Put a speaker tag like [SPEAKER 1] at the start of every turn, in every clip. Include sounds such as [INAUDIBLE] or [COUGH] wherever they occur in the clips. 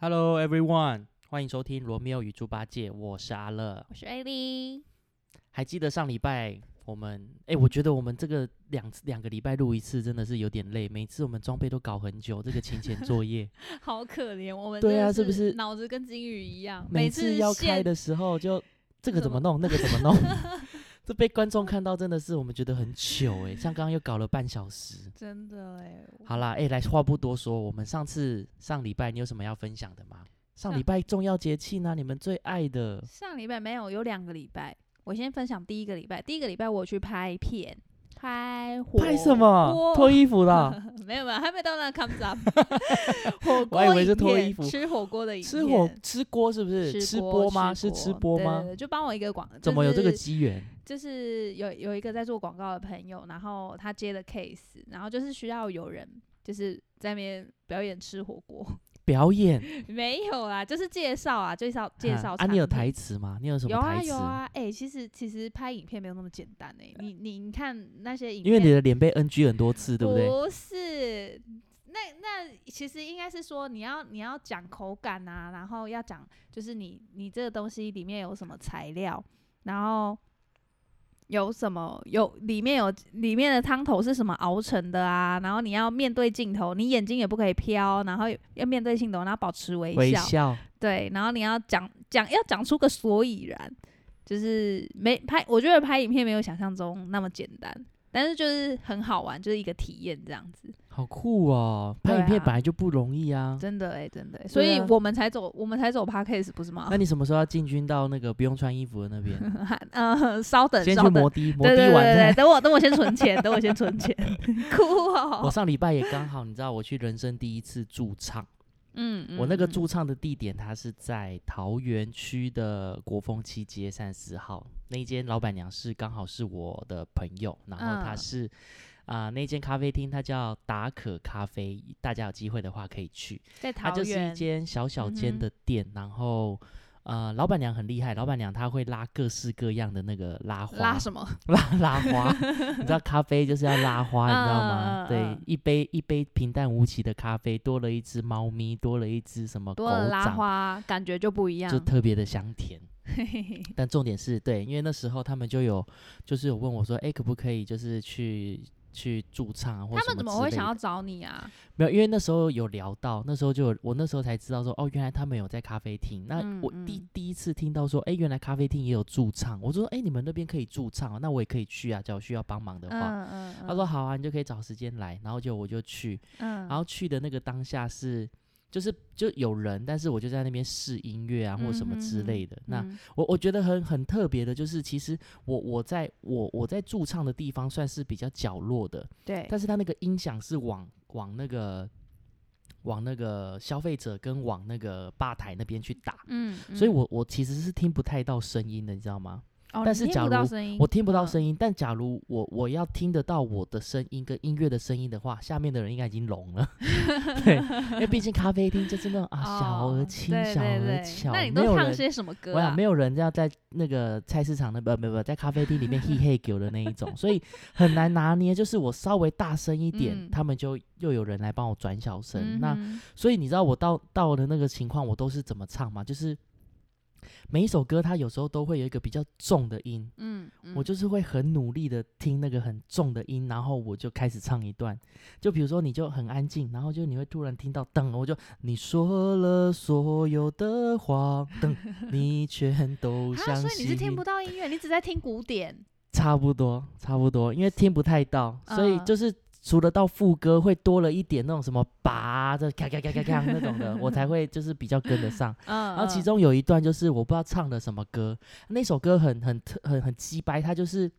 [SPEAKER 1] Hello everyone，欢迎收听《罗密欧与猪八戒》，我是阿乐。
[SPEAKER 2] 我是 A B，
[SPEAKER 1] 还记得上礼拜我们，哎，我觉得我们这个两次两个礼拜录一次真的是有点累，每次我们装备都搞很久，这个勤前作
[SPEAKER 2] [LAUGHS]
[SPEAKER 1] 业，
[SPEAKER 2] [LAUGHS] 好可怜，我们
[SPEAKER 1] 对
[SPEAKER 2] 真的
[SPEAKER 1] 啊是不是
[SPEAKER 2] 脑子跟金鱼一样？
[SPEAKER 1] 每
[SPEAKER 2] 次
[SPEAKER 1] 要开
[SPEAKER 2] 现
[SPEAKER 1] 的时候
[SPEAKER 2] [LAUGHS]
[SPEAKER 1] 就这个
[SPEAKER 2] 怎
[SPEAKER 1] 怎么弄，那个怎
[SPEAKER 2] [LAUGHS]
[SPEAKER 1] 么弄，这被观众看到真的是我们觉得很糗哎、像刚刚又搞了半小时。
[SPEAKER 2] 真的哎，
[SPEAKER 1] 好啦，哎，来话不多说，我们上次上礼拜你有什么要分享的吗？上
[SPEAKER 2] 上
[SPEAKER 1] 礼拜重要节气呢，你们最爱的
[SPEAKER 2] 上礼拜没有，有两个礼拜。我先分享第一个礼拜，第一个礼拜我去拍片，拍火
[SPEAKER 1] 拍什么？
[SPEAKER 2] 锅
[SPEAKER 1] 脱衣服啦。
[SPEAKER 2] [LAUGHS] 没有没有，还没到那
[SPEAKER 1] [LAUGHS]
[SPEAKER 2] 个 comes up 火
[SPEAKER 1] 我
[SPEAKER 2] 锅，
[SPEAKER 1] 还以为是脱衣服
[SPEAKER 2] 吃火锅的影片，
[SPEAKER 1] 吃火吃锅是不是？吃
[SPEAKER 2] 吃
[SPEAKER 1] 播吗？是吃
[SPEAKER 2] 吃锅
[SPEAKER 1] 播
[SPEAKER 2] 对
[SPEAKER 1] 吗
[SPEAKER 2] 对？对就帮我一个广，
[SPEAKER 1] 怎么有这
[SPEAKER 2] 就
[SPEAKER 1] 个
[SPEAKER 2] 是
[SPEAKER 1] 机缘？
[SPEAKER 2] 就是有有一个在做广告的朋友，然后他接了 case，然后就是需要有人就是在那边表演吃火锅， [LAUGHS]
[SPEAKER 1] 表演
[SPEAKER 2] 没有啦，就是介绍啊，介绍介
[SPEAKER 1] 啊
[SPEAKER 2] 绍
[SPEAKER 1] 啊！你有
[SPEAKER 2] 产
[SPEAKER 1] 台
[SPEAKER 2] 品
[SPEAKER 1] 词吗？你有什
[SPEAKER 2] 有
[SPEAKER 1] 么
[SPEAKER 2] 啊
[SPEAKER 1] 台
[SPEAKER 2] 有
[SPEAKER 1] 词？
[SPEAKER 2] 啊，哎、其实其实拍影片没有那么简单哎、你你你看那些影
[SPEAKER 1] 因
[SPEAKER 2] 片，
[SPEAKER 1] 为你的脸被 NG 很多次，对不对？
[SPEAKER 2] 不是，那那其实应该是说你要你要讲口感啊，然后要讲就是你你这个东西里面有什么材料，然后有什么有里面有里面的汤头是什么熬成的啊，然后你要面对镜头，你眼睛也不可以飘，然后要面对镜头，然后保持微笑，
[SPEAKER 1] 微笑，
[SPEAKER 2] 对，然后你要讲讲要讲出个所以然，就是没拍，我觉得拍影片没有想象中那么简单，但是就是很好玩，就是一个体验这样子，
[SPEAKER 1] 好酷哦！拍
[SPEAKER 2] 对
[SPEAKER 1] 影片
[SPEAKER 2] 啊
[SPEAKER 1] 本来就不容易啊。
[SPEAKER 2] 真的哎、真的、欸，所以
[SPEAKER 1] 啊
[SPEAKER 2] 我们才走，我们才走 podcast 不是吗
[SPEAKER 1] 那？你什么时候要进军到那个不用穿衣服的
[SPEAKER 2] [LAUGHS]
[SPEAKER 1] 那边？
[SPEAKER 2] 嗯，稍等，
[SPEAKER 1] 先
[SPEAKER 2] 稍
[SPEAKER 1] 去
[SPEAKER 2] 等
[SPEAKER 1] 磨，滴，磨
[SPEAKER 2] 对对
[SPEAKER 1] 滴
[SPEAKER 2] 对对
[SPEAKER 1] 完
[SPEAKER 2] 对，
[SPEAKER 1] 再。
[SPEAKER 2] 等我等我先存钱，等我先存钱， [LAUGHS] 哭哦、
[SPEAKER 1] [LAUGHS] 我上礼拜也刚好，你知道我去人生第一次驻唱，
[SPEAKER 2] 嗯，嗯
[SPEAKER 1] 我那个
[SPEAKER 2] 嗯
[SPEAKER 1] 驻唱的地点，它是在桃园区的国风七街三十号那一间，老板娘是刚好是我的朋友，然后她
[SPEAKER 2] 嗯
[SPEAKER 1] 是啊、那间咖啡厅，它叫达可咖啡，大家有机会的话可以去。
[SPEAKER 2] 在
[SPEAKER 1] 它
[SPEAKER 2] 桃
[SPEAKER 1] 就是一
[SPEAKER 2] 园，
[SPEAKER 1] 间小小
[SPEAKER 2] 嗯
[SPEAKER 1] 间
[SPEAKER 2] 哼
[SPEAKER 1] 的店，然后呃，老板娘很厉害，老板娘她会拉各式各样的那个拉花，
[SPEAKER 2] 拉什么？
[SPEAKER 1] 拉 [LAUGHS] 拉花，你知道咖啡就是要拉花，你知道吗？
[SPEAKER 2] 嗯嗯
[SPEAKER 1] 对
[SPEAKER 2] 嗯，
[SPEAKER 1] 一杯一杯平淡无奇的咖啡，多了一只猫咪，多了一只什么狗
[SPEAKER 2] 多了拉
[SPEAKER 1] 掌，
[SPEAKER 2] 花，感觉就不一样
[SPEAKER 1] 就。特别的香甜。
[SPEAKER 2] 嘿嘿嘿
[SPEAKER 1] 但重点是对，因为那时候他们就有就是有问我说，哎，可不可以就是去去驻唱啊，或
[SPEAKER 2] 他们
[SPEAKER 1] 什
[SPEAKER 2] 怎么
[SPEAKER 1] 之
[SPEAKER 2] 会
[SPEAKER 1] 类
[SPEAKER 2] 想
[SPEAKER 1] 的
[SPEAKER 2] 要找你啊？
[SPEAKER 1] 没有，因为那时候有聊到，那时候就有我那时候才知道说，哦，原来他们有在咖啡厅。那
[SPEAKER 2] 嗯
[SPEAKER 1] 我第、
[SPEAKER 2] 嗯
[SPEAKER 1] 第一次听到说，哎，原来咖啡厅也有驻唱，我就说，哎，你们那边可以驻唱哦，那我也可以去啊，只要需要帮忙的话。
[SPEAKER 2] 嗯嗯，
[SPEAKER 1] 他说好啊，你就可以找时间来，然后就我就去，
[SPEAKER 2] 嗯，嗯
[SPEAKER 1] 然后去的那个当下是，就是就有人，但是我就在那边试音乐啊或什么之类的。那
[SPEAKER 2] 嗯
[SPEAKER 1] 我我觉得很很特别的，就是其实我我在我我在驻唱的地方算是比较角落的，
[SPEAKER 2] 对，
[SPEAKER 1] 但是它那个音响是往往那个往那个消费者跟往那个吧台那边去打，
[SPEAKER 2] 嗯，
[SPEAKER 1] 所以
[SPEAKER 2] 嗯
[SPEAKER 1] 我我其实是听不太到声音的，你知道吗？
[SPEAKER 2] 哦
[SPEAKER 1] 但
[SPEAKER 2] 你
[SPEAKER 1] 是
[SPEAKER 2] 听
[SPEAKER 1] 假
[SPEAKER 2] 不到
[SPEAKER 1] 如
[SPEAKER 2] 声音
[SPEAKER 1] 我听不到
[SPEAKER 2] 嗯
[SPEAKER 1] 声音，但假如我我要听得到我的声音跟音乐的声音的话，下面的人应该已经聋
[SPEAKER 2] [LAUGHS]
[SPEAKER 1] 了。对，因为毕竟咖啡厅就是那种啊小而
[SPEAKER 2] 哦
[SPEAKER 1] 轻，
[SPEAKER 2] 对
[SPEAKER 1] 小
[SPEAKER 2] 对
[SPEAKER 1] 而
[SPEAKER 2] 对
[SPEAKER 1] 巧，
[SPEAKER 2] 那你
[SPEAKER 1] 没
[SPEAKER 2] 都
[SPEAKER 1] 有
[SPEAKER 2] 唱
[SPEAKER 1] 人。
[SPEAKER 2] 些什么歌
[SPEAKER 1] 我
[SPEAKER 2] 啊？
[SPEAKER 1] 想没有人要在那个菜市场那不不不在咖啡厅里面嘿嘿给我的那一
[SPEAKER 2] [LAUGHS]
[SPEAKER 1] 种，所以很难拿捏。就是我稍微大声一点，
[SPEAKER 2] 嗯
[SPEAKER 1] 他们就又有人来帮我转小声。
[SPEAKER 2] 嗯
[SPEAKER 1] 那
[SPEAKER 2] 哼
[SPEAKER 1] 所以你知道我到到了那个情况，我都是怎么唱吗？就是每一首歌它有时候都会有一个比较重的音，
[SPEAKER 2] 嗯，
[SPEAKER 1] 我
[SPEAKER 2] 嗯
[SPEAKER 1] 就是会很努力的听那个很重的音，然后我就开始唱一段。就比如说，你就很安静，然后就你会突然听到噔，我就你说了所有的话，噔，你全都
[SPEAKER 2] 啊，
[SPEAKER 1] 相信。
[SPEAKER 2] 所以你是听不到音乐，你只在听古典，
[SPEAKER 1] 差不多，差不多，因为听不太到，所以
[SPEAKER 2] 嗯
[SPEAKER 1] 就是除了到副歌会多了一点那种什么拔的咔咔咔咔咔那种的，我才会就是比较跟得上。
[SPEAKER 2] 嗯，
[SPEAKER 1] 然后其
[SPEAKER 2] 嗯
[SPEAKER 1] 中有一段就是我不知道唱的什么歌，那首歌很很特很很鸡掰，它就是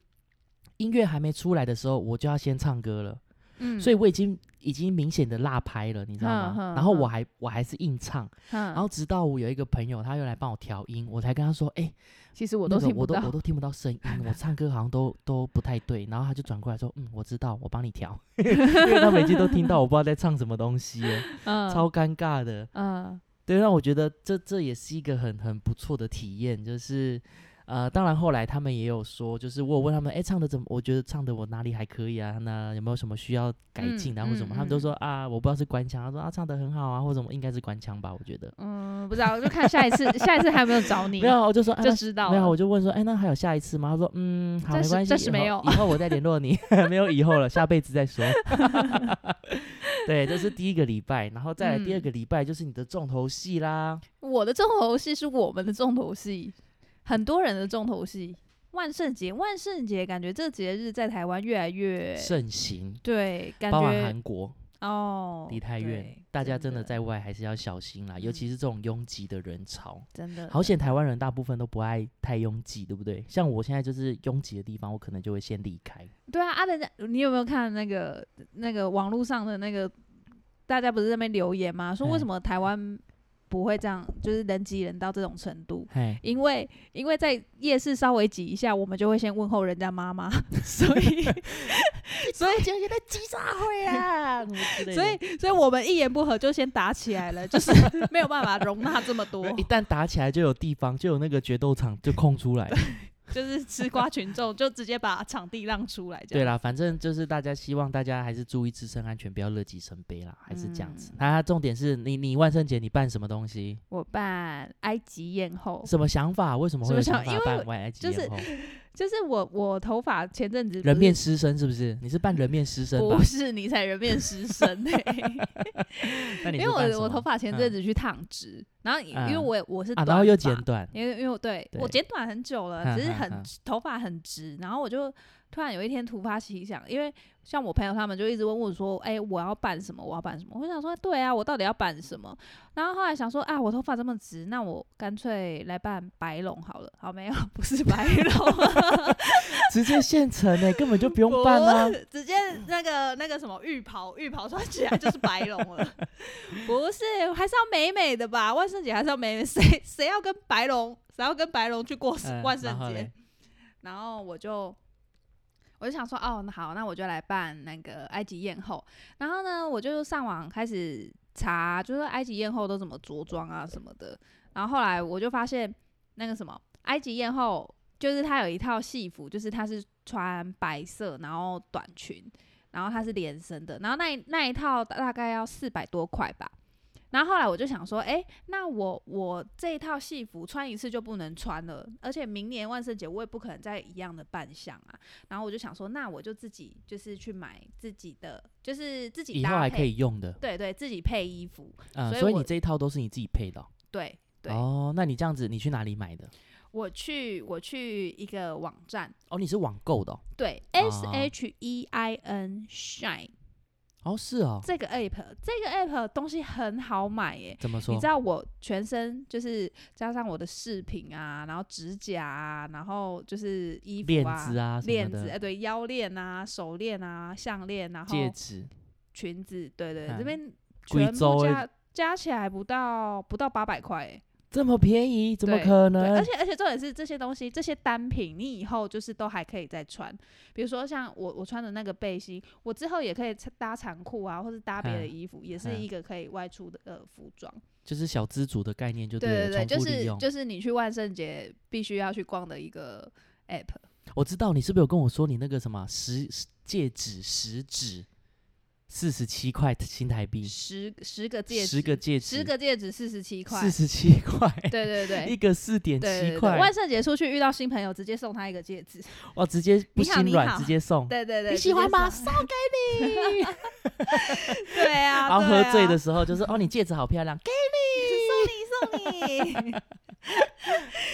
[SPEAKER 1] 音乐还没出来的时候，我就要先唱歌了，
[SPEAKER 2] 嗯，嗯
[SPEAKER 1] 所以我已经已经明显的落拍了，你知道吗？
[SPEAKER 2] 哼哼
[SPEAKER 1] 然后我
[SPEAKER 2] 哼
[SPEAKER 1] 还我还是硬唱，
[SPEAKER 2] 然
[SPEAKER 1] 然后直到我有一个朋友，他又来帮我调音，我才跟他说，哎、
[SPEAKER 2] 其实我
[SPEAKER 1] 那
[SPEAKER 2] 都
[SPEAKER 1] 个
[SPEAKER 2] 听
[SPEAKER 1] 我
[SPEAKER 2] 不
[SPEAKER 1] 都我
[SPEAKER 2] 到，
[SPEAKER 1] 都听不到声音，我唱歌好像都都不太对。然后他就转过来说，嗯，我知道，我帮你调，因为他每次都听到我不知道在唱什么东西了，
[SPEAKER 2] [LAUGHS] 嗯
[SPEAKER 1] 超尴尬的。
[SPEAKER 2] 嗯
[SPEAKER 1] 对，让我觉得这这也是一个很很不错的体验，就是呃，当然后来他们也有说，就是我有问他们，哎、唱的怎么？我觉得唱的我哪里还可以啊？那有没有什么需要改进啊，
[SPEAKER 2] 嗯
[SPEAKER 1] 或什么？他们
[SPEAKER 2] 嗯
[SPEAKER 1] 都说啊，我不知道是官腔，他说啊，唱的很好啊，或什么，应该是官腔吧？我觉得
[SPEAKER 2] 嗯，不知道，我就看下一次，
[SPEAKER 1] [LAUGHS]
[SPEAKER 2] 下一次还有没有找你，
[SPEAKER 1] 没有，我就说、啊、
[SPEAKER 2] 就
[SPEAKER 1] 那
[SPEAKER 2] 知道
[SPEAKER 1] 没有，
[SPEAKER 2] 了
[SPEAKER 1] 我就问说，哎、那还有下一次吗？他说，嗯，好，
[SPEAKER 2] 暂
[SPEAKER 1] 没
[SPEAKER 2] 时
[SPEAKER 1] 关系，
[SPEAKER 2] 暂时没有
[SPEAKER 1] 以后以后我再联络
[SPEAKER 2] [LAUGHS]
[SPEAKER 1] 你，没有以后了，下辈子再说。 [LAUGHS] 对，这是第一个礼拜，然后再来第二
[SPEAKER 2] 嗯
[SPEAKER 1] 个礼拜就是你的重头戏啦。
[SPEAKER 2] 我的重头戏是我们的重头戏，很多人的重头戏。万圣节，万圣节感觉这个节日在台湾越来越
[SPEAKER 1] 盛行，
[SPEAKER 2] 对，感
[SPEAKER 1] 包含
[SPEAKER 2] 觉
[SPEAKER 1] 韩国、
[SPEAKER 2] 哦，
[SPEAKER 1] 梨泰院
[SPEAKER 2] 对，
[SPEAKER 1] 大家
[SPEAKER 2] 真
[SPEAKER 1] 真的在外还是要小心啦，尤
[SPEAKER 2] 嗯
[SPEAKER 1] 其是这种拥挤的人潮。
[SPEAKER 2] 真的
[SPEAKER 1] 好险，台湾人大部分都不爱太拥挤，对不对？像我现在就是拥挤的地方，我可能就会先离开。
[SPEAKER 2] [LAUGHS] 对啊，啊，人家你有没有看那个那个网络上的那个，大家不是在那边留言吗？说
[SPEAKER 1] 嗯
[SPEAKER 2] 为什么台湾不会这样，就是人挤人到这种程度？
[SPEAKER 1] 嘿，
[SPEAKER 2] 因为因为在夜市稍微挤一下，我们就会先问候人家妈妈， [LAUGHS] 所
[SPEAKER 1] [LAUGHS]
[SPEAKER 2] 以所以
[SPEAKER 1] 就觉得挤啥会啊，什么之类的
[SPEAKER 2] 所以所以我们一言不合就先打起来了，就是没有办法容纳这
[SPEAKER 1] [LAUGHS]
[SPEAKER 2] 么多
[SPEAKER 1] 没有，一旦打起来，就有地方，就有那个决斗场就空出来了。
[SPEAKER 2] [LAUGHS] 就是吃瓜群众就直接把场地让出来这
[SPEAKER 1] 对
[SPEAKER 2] 样。
[SPEAKER 1] 啦，反正就是大家希望大家还是注意自身安全，不要乐极生悲啦，还是这样子
[SPEAKER 2] 嗯。
[SPEAKER 1] 那、它重点是你，你万圣节你办什么东西？
[SPEAKER 2] 我办埃及艳后，
[SPEAKER 1] 什么想法？为什么会有
[SPEAKER 2] 什
[SPEAKER 1] 想
[SPEAKER 2] 么想
[SPEAKER 1] 法
[SPEAKER 2] 因为
[SPEAKER 1] 办完埃及
[SPEAKER 2] 就
[SPEAKER 1] 艳
[SPEAKER 2] 是
[SPEAKER 1] 后？
[SPEAKER 2] 就是我我头发前阵子不
[SPEAKER 1] 人
[SPEAKER 2] 是
[SPEAKER 1] 面狮身是不是？你是扮人面狮身吧
[SPEAKER 2] 不？是你才人面狮身呢、
[SPEAKER 1] 那你
[SPEAKER 2] 因
[SPEAKER 1] 是
[SPEAKER 2] 为
[SPEAKER 1] 扮什
[SPEAKER 2] 我
[SPEAKER 1] 么
[SPEAKER 2] 我头发前阵子去烫直，然后因因为
[SPEAKER 1] 嗯
[SPEAKER 2] 我也我是
[SPEAKER 1] 啊，
[SPEAKER 2] 短发、
[SPEAKER 1] 然后又剪短，
[SPEAKER 2] [LAUGHS] 因为因为我对我
[SPEAKER 1] 对嗯
[SPEAKER 2] 剪短很久了，
[SPEAKER 1] 哼
[SPEAKER 2] 只是
[SPEAKER 1] 哼
[SPEAKER 2] 很
[SPEAKER 1] 哼
[SPEAKER 2] 直头发很直，然后我就突然有一天突发奇想，因为像我朋友他们就一直问我说，哎、我要办什么？我要办什么？我想说，对啊，我到底要办什么？然后后来想说，啊，我头发这么直，那我干脆来办白龙好了。好，没有，不是白龙， [LAUGHS]
[SPEAKER 1] 直接现成呢，根本就不用办啊啦、
[SPEAKER 2] 直接那个那个什么浴袍，浴袍穿起来就是白龙了。
[SPEAKER 1] [LAUGHS]
[SPEAKER 2] 不是，还是要美美的吧？万圣节还是要美美，谁谁要跟白龙，谁要跟白龙去过
[SPEAKER 1] 嗯
[SPEAKER 2] [LAUGHS] 万
[SPEAKER 1] 然
[SPEAKER 2] 圣
[SPEAKER 1] 后
[SPEAKER 2] 节？
[SPEAKER 1] 嘞
[SPEAKER 2] 然后我就我就想说，哦，那好，那我就来办那个埃及艳后。然后呢，我就上网开始查，就是埃及艳后都怎么着装啊什么的。然后后来我就发现那个什么埃及艳后，就是她有一套戏服，就是她是穿白色，然后短裙，然后它是连身的，然后那一那一套大概要四百多块吧。然后后来我就想说，哎，那我我这一套戏服穿一次就不能穿了，而且明年万圣节我也不可能再一样的扮相啊。然后我就想说，那我就自己就是去买自己的，就是自己
[SPEAKER 1] 以后
[SPEAKER 2] 搭
[SPEAKER 1] 还可
[SPEAKER 2] 配，
[SPEAKER 1] 以用的，
[SPEAKER 2] 对对，自己配衣服，
[SPEAKER 1] 嗯，
[SPEAKER 2] 所以
[SPEAKER 1] 所以
[SPEAKER 2] 我
[SPEAKER 1] 你这一套都是你自己配的哦、
[SPEAKER 2] 对对。
[SPEAKER 1] 哦，那你这样子，你去哪里买的？
[SPEAKER 2] 我去我去一个网站，
[SPEAKER 1] 哦，你是网购的哦，
[SPEAKER 2] 对
[SPEAKER 1] 哦
[SPEAKER 2] ，S H E I N Shine
[SPEAKER 1] 哦是哦，
[SPEAKER 2] 这个 app，这个 app 东西很好买耶，
[SPEAKER 1] 怎么说？
[SPEAKER 2] 你知道我全身就是加上我的饰品啊，然后指甲啊，然后就是衣
[SPEAKER 1] 链
[SPEAKER 2] 服
[SPEAKER 1] 子
[SPEAKER 2] 啊、
[SPEAKER 1] 啊什么
[SPEAKER 2] 链子，
[SPEAKER 1] 的，
[SPEAKER 2] 哎，对，腰链啊、手链啊、项链，然后
[SPEAKER 1] 戒指，
[SPEAKER 2] 裙子，对对，
[SPEAKER 1] 嗯
[SPEAKER 2] 这边
[SPEAKER 1] 贵
[SPEAKER 2] 全
[SPEAKER 1] 州
[SPEAKER 2] 部
[SPEAKER 1] 欸
[SPEAKER 2] 加加起来不到不到八百块欸，
[SPEAKER 1] 这么便宜，怎么
[SPEAKER 2] 对
[SPEAKER 1] 可
[SPEAKER 2] 对，而
[SPEAKER 1] 能？
[SPEAKER 2] 且而且重点是这些东西，这些单品你以后就是都还可以再穿，比如说像我我穿的那个背心，我之后也可以搭长裤啊，或者搭别的
[SPEAKER 1] 嗯
[SPEAKER 2] 衣服，也是
[SPEAKER 1] 嗯
[SPEAKER 2] 一个可以外出的呃服装。
[SPEAKER 1] 就是小资主的概念就
[SPEAKER 2] 对
[SPEAKER 1] 了，
[SPEAKER 2] 对，
[SPEAKER 1] 重
[SPEAKER 2] 就
[SPEAKER 1] 复利
[SPEAKER 2] 是
[SPEAKER 1] 用。
[SPEAKER 2] 就是你去万圣节必须要去逛的一个 app。
[SPEAKER 1] 我知道你是不是有跟我说你那个什么十戒指十指四十七块新台币，
[SPEAKER 2] 十十个戒指，
[SPEAKER 1] 嗯十个戒指
[SPEAKER 2] 十个戒指四十七块
[SPEAKER 1] 四，十七块，
[SPEAKER 2] 对对对
[SPEAKER 1] 一
[SPEAKER 2] 对
[SPEAKER 1] 个四点
[SPEAKER 2] 对
[SPEAKER 1] 七
[SPEAKER 2] 对
[SPEAKER 1] 块，
[SPEAKER 2] 万圣节出去遇到新朋友，直接送他一个戒指， [LAUGHS]
[SPEAKER 1] 哇，哦直接不
[SPEAKER 2] 你好
[SPEAKER 1] 心
[SPEAKER 2] 你
[SPEAKER 1] 软
[SPEAKER 2] 好
[SPEAKER 1] 直接送。
[SPEAKER 2] [LAUGHS] 对对对，
[SPEAKER 1] 你喜欢吗？ [LAUGHS]
[SPEAKER 2] 直接
[SPEAKER 1] 送给你。
[SPEAKER 2] 送？对啊，
[SPEAKER 1] 然后
[SPEAKER 2] 对
[SPEAKER 1] 喝醉
[SPEAKER 2] 啊
[SPEAKER 1] 的 [LAUGHS] 时候就说：“哦，你戒指好漂亮。
[SPEAKER 2] 送你送你，”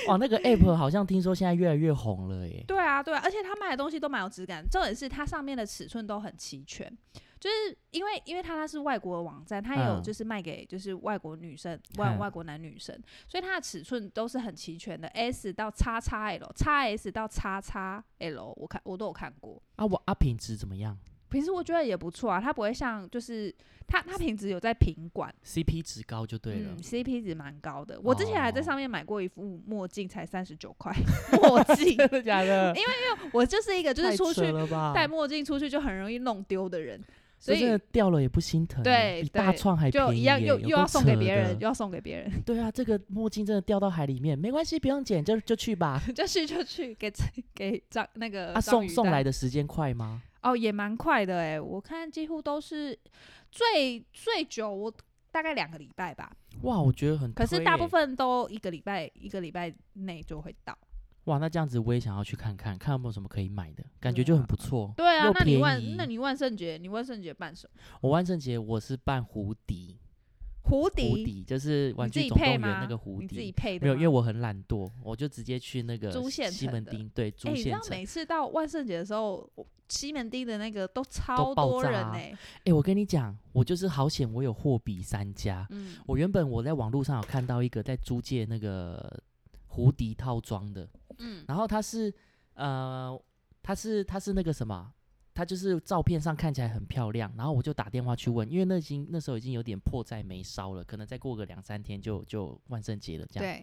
[SPEAKER 1] 哇，
[SPEAKER 2] 嗯
[SPEAKER 1] 那个 app 好像听说现在越来越红了耶。
[SPEAKER 2] 对啊对啊，而且他卖的东西都蛮有质感，重点是它上面的尺寸都很齐全，就是因为因为它那是外国的网站，它有
[SPEAKER 1] 嗯
[SPEAKER 2] 就是卖给就是外国女生、外
[SPEAKER 1] 嗯
[SPEAKER 2] 外国男女生，所以它的尺寸都是很齐全的，S 到 x x L、x S 到 x x L，我看我都有看过。
[SPEAKER 1] 啊，我啊品质怎么样
[SPEAKER 2] 平时我觉得也不错啊，它不会像就是它它品质有在品管，
[SPEAKER 1] ？CP 值高就对了。
[SPEAKER 2] 嗯，CP 值蛮高的。我之前还在
[SPEAKER 1] 哦
[SPEAKER 2] 上面买过一副墨镜，才三十九块墨
[SPEAKER 1] [LAUGHS]
[SPEAKER 2] 镜。
[SPEAKER 1] 真的假的？因为
[SPEAKER 2] 我就是一个就是出去
[SPEAKER 1] 了吧
[SPEAKER 2] 戴墨镜出去就很容易弄丢的人。所
[SPEAKER 1] 啊说真的
[SPEAKER 2] 以
[SPEAKER 1] 掉了也不心疼欸，
[SPEAKER 2] 对
[SPEAKER 1] 比大
[SPEAKER 2] 对
[SPEAKER 1] 创还便
[SPEAKER 2] 就
[SPEAKER 1] 宜耶，
[SPEAKER 2] 一样又
[SPEAKER 1] 有
[SPEAKER 2] 又
[SPEAKER 1] 够
[SPEAKER 2] 要送给
[SPEAKER 1] 扯
[SPEAKER 2] 别人，
[SPEAKER 1] 的
[SPEAKER 2] 又要送给别人， [LAUGHS]
[SPEAKER 1] 对啊，这个墨镜真的掉到海里面，没关系，不用捡，就就去
[SPEAKER 2] [LAUGHS]
[SPEAKER 1] 吧。
[SPEAKER 2] 就去就去给给张那
[SPEAKER 1] 啊，
[SPEAKER 2] 个章
[SPEAKER 1] 送
[SPEAKER 2] 鱼
[SPEAKER 1] 送
[SPEAKER 2] 蛋
[SPEAKER 1] 来的时间快吗？
[SPEAKER 2] 哦，也蛮快的哎，我看几乎都是最最久我大概两个礼拜吧，
[SPEAKER 1] 哇，我觉得很推
[SPEAKER 2] 可
[SPEAKER 1] 耶。
[SPEAKER 2] 是大部分都一个礼拜一个礼拜内就会到。
[SPEAKER 1] 哇，那这样子我也想要去看看，看有没有什么可以买的，感觉
[SPEAKER 2] 对
[SPEAKER 1] 就很
[SPEAKER 2] 啊
[SPEAKER 1] 不错。
[SPEAKER 2] 对啊
[SPEAKER 1] 又，
[SPEAKER 2] 那你
[SPEAKER 1] 便
[SPEAKER 2] 万那
[SPEAKER 1] 宜
[SPEAKER 2] 你万圣节你万圣节办什么？
[SPEAKER 1] 我万圣节我是扮胡迪，
[SPEAKER 2] 蝴
[SPEAKER 1] 胡
[SPEAKER 2] 蝶，
[SPEAKER 1] 迪就是玩
[SPEAKER 2] 你自
[SPEAKER 1] 具
[SPEAKER 2] 己
[SPEAKER 1] 总动
[SPEAKER 2] 配
[SPEAKER 1] 员
[SPEAKER 2] 吗？
[SPEAKER 1] 那个胡
[SPEAKER 2] 你自己
[SPEAKER 1] 迪。
[SPEAKER 2] 配的
[SPEAKER 1] 没有，因为
[SPEAKER 2] 吗
[SPEAKER 1] 我很懒惰，我就直接去那个
[SPEAKER 2] 朱县
[SPEAKER 1] 西
[SPEAKER 2] 城
[SPEAKER 1] 门
[SPEAKER 2] 的
[SPEAKER 1] 町，对，
[SPEAKER 2] 哎、
[SPEAKER 1] 朱
[SPEAKER 2] 你知
[SPEAKER 1] 县
[SPEAKER 2] 道
[SPEAKER 1] 城。
[SPEAKER 2] 每次到万圣节的时候，我西门町的那个都超
[SPEAKER 1] 爆
[SPEAKER 2] 多
[SPEAKER 1] 炸
[SPEAKER 2] 人
[SPEAKER 1] 啊
[SPEAKER 2] 哎、
[SPEAKER 1] 哎，我跟你讲，我就是好险，我有货比三家。
[SPEAKER 2] 嗯，
[SPEAKER 1] 我原本我在网络上有看到一个在租借那个胡迪套装的，
[SPEAKER 2] 嗯
[SPEAKER 1] 然后它是呃，它是它是那个什么，它就是照片上看起来很漂亮，然后我就打电话去问，因为那已经那时候已经有点迫在眉梢了，可能再过个两三天就就万圣节了这样。
[SPEAKER 2] 对，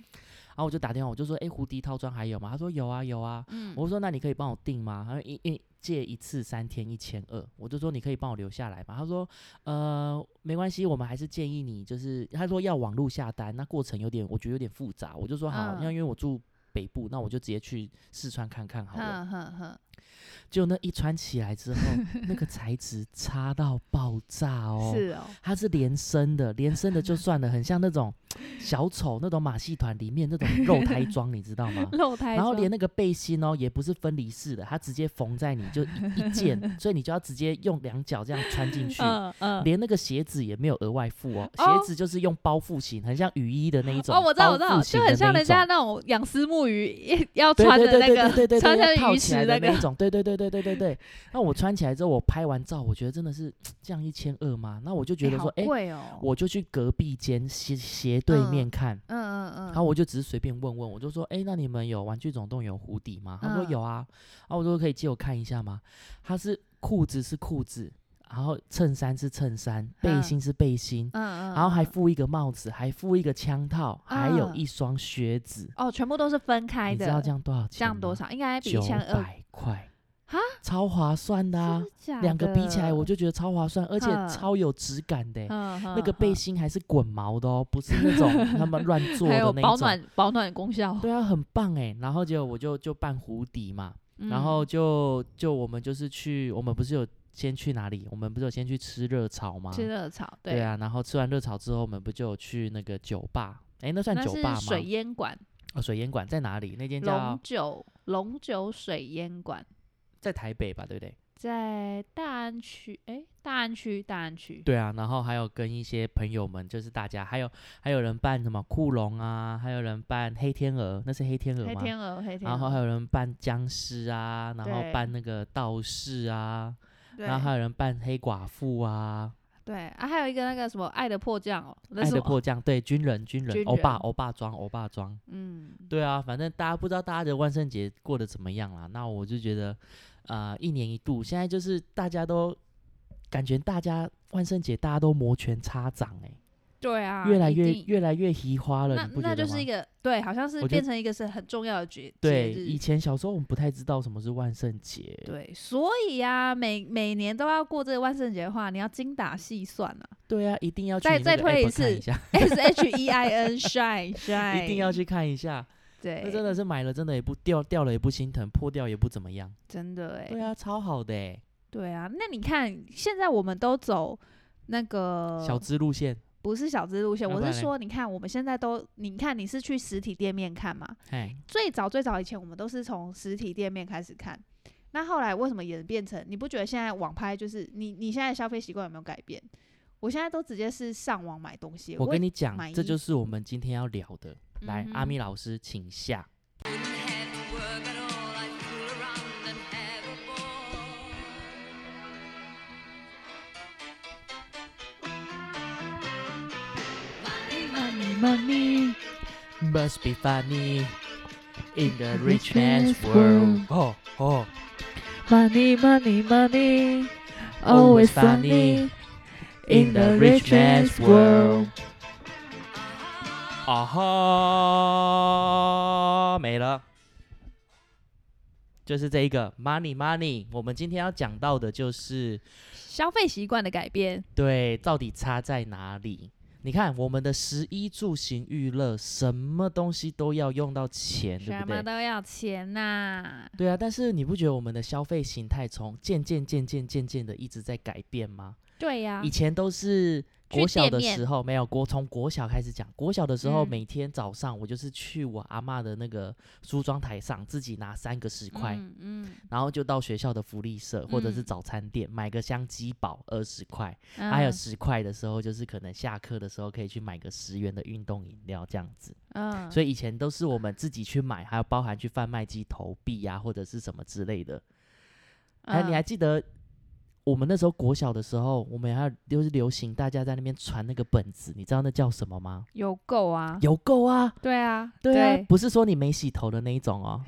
[SPEAKER 1] 然后我就打电话，我就说，哎，胡迪套装还有吗？他说有啊有啊。
[SPEAKER 2] 嗯，
[SPEAKER 1] 我说那你可以帮我订吗？他说一一借一次三天一千二，我就说你可以帮我留下来吗？他说呃没关系，我们还是建议你就是他说要网络下单，那过程有点我觉得有点复杂，我就说好，那、
[SPEAKER 2] 嗯
[SPEAKER 1] 因为我住北部，那我就直接去四川看看好了。
[SPEAKER 2] 哼哼哼，
[SPEAKER 1] 就那一穿起来之后， [LAUGHS] 那个材质差到爆炸哦。[LAUGHS]
[SPEAKER 2] 是哦，
[SPEAKER 1] 它是连身的，连身的就算了，很像那种小丑那种马戏团里面那种肉胎装，你知道吗？
[SPEAKER 2] 露台
[SPEAKER 1] 然后
[SPEAKER 2] 装
[SPEAKER 1] 连那个背心哦，也不是分离式的，它直接缝在你就一一
[SPEAKER 2] [LAUGHS]
[SPEAKER 1] 件，所以你就要直接用两脚这样穿进去。
[SPEAKER 2] 嗯嗯，
[SPEAKER 1] 连那个鞋子也没有额外附哦，
[SPEAKER 2] 哦
[SPEAKER 1] 鞋子就是用包覆型，很像雨衣的那一种。
[SPEAKER 2] 哦，我知道，我知
[SPEAKER 1] 包
[SPEAKER 2] 道，
[SPEAKER 1] 覆型
[SPEAKER 2] 就
[SPEAKER 1] 的
[SPEAKER 2] 很像
[SPEAKER 1] 那一
[SPEAKER 2] 人家
[SPEAKER 1] 种
[SPEAKER 2] 那种养丝木鱼要
[SPEAKER 1] 对
[SPEAKER 2] 穿
[SPEAKER 1] 对
[SPEAKER 2] 的
[SPEAKER 1] 对
[SPEAKER 2] 那
[SPEAKER 1] 对
[SPEAKER 2] 个， [LAUGHS]
[SPEAKER 1] 对对对，
[SPEAKER 2] 穿
[SPEAKER 1] 要
[SPEAKER 2] 成
[SPEAKER 1] 套
[SPEAKER 2] 鱼
[SPEAKER 1] 起来
[SPEAKER 2] 池
[SPEAKER 1] 的
[SPEAKER 2] 个
[SPEAKER 1] 那一，种。对对对对对对对。那我穿起来之后，我拍完照，我觉得真的是像一千二嘛。那我就觉
[SPEAKER 2] 哎
[SPEAKER 1] 得
[SPEAKER 2] 好
[SPEAKER 1] 说，哎，
[SPEAKER 2] 贵哦，
[SPEAKER 1] 我就去隔壁间斜斜对
[SPEAKER 2] 嗯
[SPEAKER 1] 面看。
[SPEAKER 2] 嗯嗯嗯，
[SPEAKER 1] 然后我就只是随便问问，我就说，哎、那你们有《玩具总动员》胡迪吗？他说
[SPEAKER 2] 嗯
[SPEAKER 1] 有啊，然后我说可以借我看一下吗？他是裤子是裤子，然后衬衫是衬衫，背
[SPEAKER 2] 嗯
[SPEAKER 1] 心是背心，
[SPEAKER 2] 嗯嗯，
[SPEAKER 1] 然后还
[SPEAKER 2] 嗯
[SPEAKER 1] 附一个帽子，还附一个枪套，还有
[SPEAKER 2] 嗯
[SPEAKER 1] 一双靴子。
[SPEAKER 2] 哦，全部都是分开
[SPEAKER 1] 你
[SPEAKER 2] 的，
[SPEAKER 1] 知道这样多少钱？
[SPEAKER 2] 这样多？少？应该比
[SPEAKER 1] 九
[SPEAKER 2] 一千二
[SPEAKER 1] 百啊块
[SPEAKER 2] 哈，
[SPEAKER 1] 超划算的啊！两个比起来，我就觉得超划算，而且
[SPEAKER 2] 嗯
[SPEAKER 1] 超有质感的欸、
[SPEAKER 2] 那
[SPEAKER 1] 那个
[SPEAKER 2] 嗯
[SPEAKER 1] 背心还是滚毛的哦，不是那种
[SPEAKER 2] [LAUGHS]
[SPEAKER 1] 他们乱做
[SPEAKER 2] 还
[SPEAKER 1] 的
[SPEAKER 2] 有
[SPEAKER 1] 那一
[SPEAKER 2] 保
[SPEAKER 1] 种。
[SPEAKER 2] 暖保暖功效，
[SPEAKER 1] 对啊，很棒哎。然后结果我就就办胡迪嘛，
[SPEAKER 2] 嗯
[SPEAKER 1] 然后就就我们就是去，我们不是有先去哪里？我们不是有先去吃热炒吗？
[SPEAKER 2] 吃热炒，
[SPEAKER 1] 对，啊，然后吃完热炒之后，我们不就有去那个酒吧？哎，那算
[SPEAKER 2] 那
[SPEAKER 1] 酒吧吗
[SPEAKER 2] 是？水烟馆，
[SPEAKER 1] 哦，水烟馆在哪里？那间
[SPEAKER 2] 龙
[SPEAKER 1] 叫
[SPEAKER 2] 酒龙酒水烟馆
[SPEAKER 1] 在台北吧，对不对？
[SPEAKER 2] 在大安区，哎，大安区，大安区，
[SPEAKER 1] 对啊，然后还有跟一些朋友们，就是大家，还有还有人扮什么库龙啊，还有人扮黑天鹅，那是黑天鹅
[SPEAKER 2] 黑
[SPEAKER 1] 吗？
[SPEAKER 2] 天鹅，黑天
[SPEAKER 1] 然后还
[SPEAKER 2] 鹅，
[SPEAKER 1] 有人扮僵尸啊，然后
[SPEAKER 2] 对
[SPEAKER 1] 扮那个道士啊，
[SPEAKER 2] 对
[SPEAKER 1] 然后还有人扮黑寡妇啊，
[SPEAKER 2] 对啊，还有一个那个什么爱的迫降哦，那
[SPEAKER 1] 爱
[SPEAKER 2] 是
[SPEAKER 1] 的
[SPEAKER 2] 什么
[SPEAKER 1] 迫降，对，军人军人，
[SPEAKER 2] 军
[SPEAKER 1] 欧巴
[SPEAKER 2] 人
[SPEAKER 1] 欧巴装欧巴装，
[SPEAKER 2] 嗯，
[SPEAKER 1] 对啊，反正大家不知道大家的万圣节过得怎么样啦。那我就觉得，呃，一年一度，现在就是大家都感觉大家万圣节大家都摩拳擦掌哎、
[SPEAKER 2] 对啊，
[SPEAKER 1] 越来
[SPEAKER 2] 一
[SPEAKER 1] 越
[SPEAKER 2] 定
[SPEAKER 1] 越来越嘻花了，
[SPEAKER 2] 那
[SPEAKER 1] 你不觉得
[SPEAKER 2] 那
[SPEAKER 1] 吗？
[SPEAKER 2] 就是一个对，好像是
[SPEAKER 1] 我觉得
[SPEAKER 2] 变成一个是很重要的节节
[SPEAKER 1] 对，
[SPEAKER 2] 日
[SPEAKER 1] 以前小时候我们不太知道什么是万圣节，
[SPEAKER 2] 对，所以啊，每每年都要过这个万圣节的话，你要精打细算啊。 [LAUGHS]
[SPEAKER 1] 对啊，一定要去
[SPEAKER 2] 再
[SPEAKER 1] 你那
[SPEAKER 2] 再
[SPEAKER 1] 个
[SPEAKER 2] 推
[SPEAKER 1] app
[SPEAKER 2] 一次哎
[SPEAKER 1] 看一下，
[SPEAKER 2] S H E
[SPEAKER 1] [LAUGHS]
[SPEAKER 2] I N shine shine，
[SPEAKER 1] 一定要去看一下。
[SPEAKER 2] 对，
[SPEAKER 1] 那真的是买了，真的也不掉掉了也不心疼，破掉也不怎么样。
[SPEAKER 2] 真的哎、
[SPEAKER 1] 对啊，超好的哎、
[SPEAKER 2] 对啊。那你看，现在我们都走那个
[SPEAKER 1] 小资啊路线，
[SPEAKER 2] 不是小资路线，
[SPEAKER 1] 要
[SPEAKER 2] 我
[SPEAKER 1] 不然
[SPEAKER 2] 是
[SPEAKER 1] 嘞
[SPEAKER 2] 说，你看我们现在都，你看你是去实体店面看嘛？
[SPEAKER 1] 哎，
[SPEAKER 2] 最早最早以前，我们都是从实体店面开始看。那后来为什么演变成？你不觉得现在网拍就是你你现在的消费习惯有没有改变？我现在都直接是上网买东西。
[SPEAKER 1] 我跟
[SPEAKER 2] 你
[SPEAKER 1] 你讲
[SPEAKER 2] 买，
[SPEAKER 1] 这就
[SPEAKER 2] 衣
[SPEAKER 1] 是我们今天要聊的。来，阿
[SPEAKER 2] 嗯哼
[SPEAKER 1] 咪老师，请下。
[SPEAKER 3] Wouldn't have to work at all. I'd fool around and have a ball.
[SPEAKER 2] ，money
[SPEAKER 1] Must be funny in the rich
[SPEAKER 2] rich
[SPEAKER 1] man's
[SPEAKER 2] man's
[SPEAKER 1] world. 哦哦
[SPEAKER 2] money money money
[SPEAKER 1] Always
[SPEAKER 2] always
[SPEAKER 1] funny
[SPEAKER 2] funny
[SPEAKER 1] in
[SPEAKER 2] in
[SPEAKER 1] the
[SPEAKER 2] the
[SPEAKER 1] rich
[SPEAKER 2] rich
[SPEAKER 1] man's
[SPEAKER 2] man's
[SPEAKER 1] world
[SPEAKER 2] world。
[SPEAKER 1] 啊哈，没了。就是这一个 money money。我们今天要讲到的就是
[SPEAKER 2] 消费习惯的改变，
[SPEAKER 1] 对，到底差在哪里？你看我们的食衣住行娱乐，什么东西都要用到钱，对
[SPEAKER 2] 什
[SPEAKER 1] 不
[SPEAKER 2] 么
[SPEAKER 1] 对？
[SPEAKER 2] 都要钱呐、
[SPEAKER 1] 对啊，但是你不觉得我们的消费形态从渐渐渐渐渐渐的一直在改变吗？
[SPEAKER 2] 对呀、
[SPEAKER 1] 以前都是
[SPEAKER 2] 啊去
[SPEAKER 1] 国小
[SPEAKER 2] 店
[SPEAKER 1] 的
[SPEAKER 2] 面
[SPEAKER 1] 时候，没有国从国小开始讲。国小的时候，
[SPEAKER 2] 嗯
[SPEAKER 1] 每天早上我就是去我阿嬷的那个梳妆台上，自己拿三个十块，
[SPEAKER 2] 嗯嗯，
[SPEAKER 1] 然后就到学校的福利社或者是
[SPEAKER 2] 嗯
[SPEAKER 1] 早餐店买个香鸡堡二十块，
[SPEAKER 2] 嗯
[SPEAKER 1] 还有十块的时候，就是可能下课的时候可以去买个十元的运动饮料这样子。
[SPEAKER 2] 嗯，
[SPEAKER 1] 所
[SPEAKER 2] 以
[SPEAKER 1] 以以前都是我们自己去买，还有包含去贩卖机投币呀、或者是什么之类的。还有你
[SPEAKER 2] 嗯
[SPEAKER 1] 还记得我们那时候国小的时候，我们还有就是流行大家在那边传那个本子，你知道那叫什么吗？
[SPEAKER 2] 有够啊，
[SPEAKER 1] 邮购啊，
[SPEAKER 2] 对啊，
[SPEAKER 1] 对啊， [LAUGHS] 不是说你没洗头的那一种哦。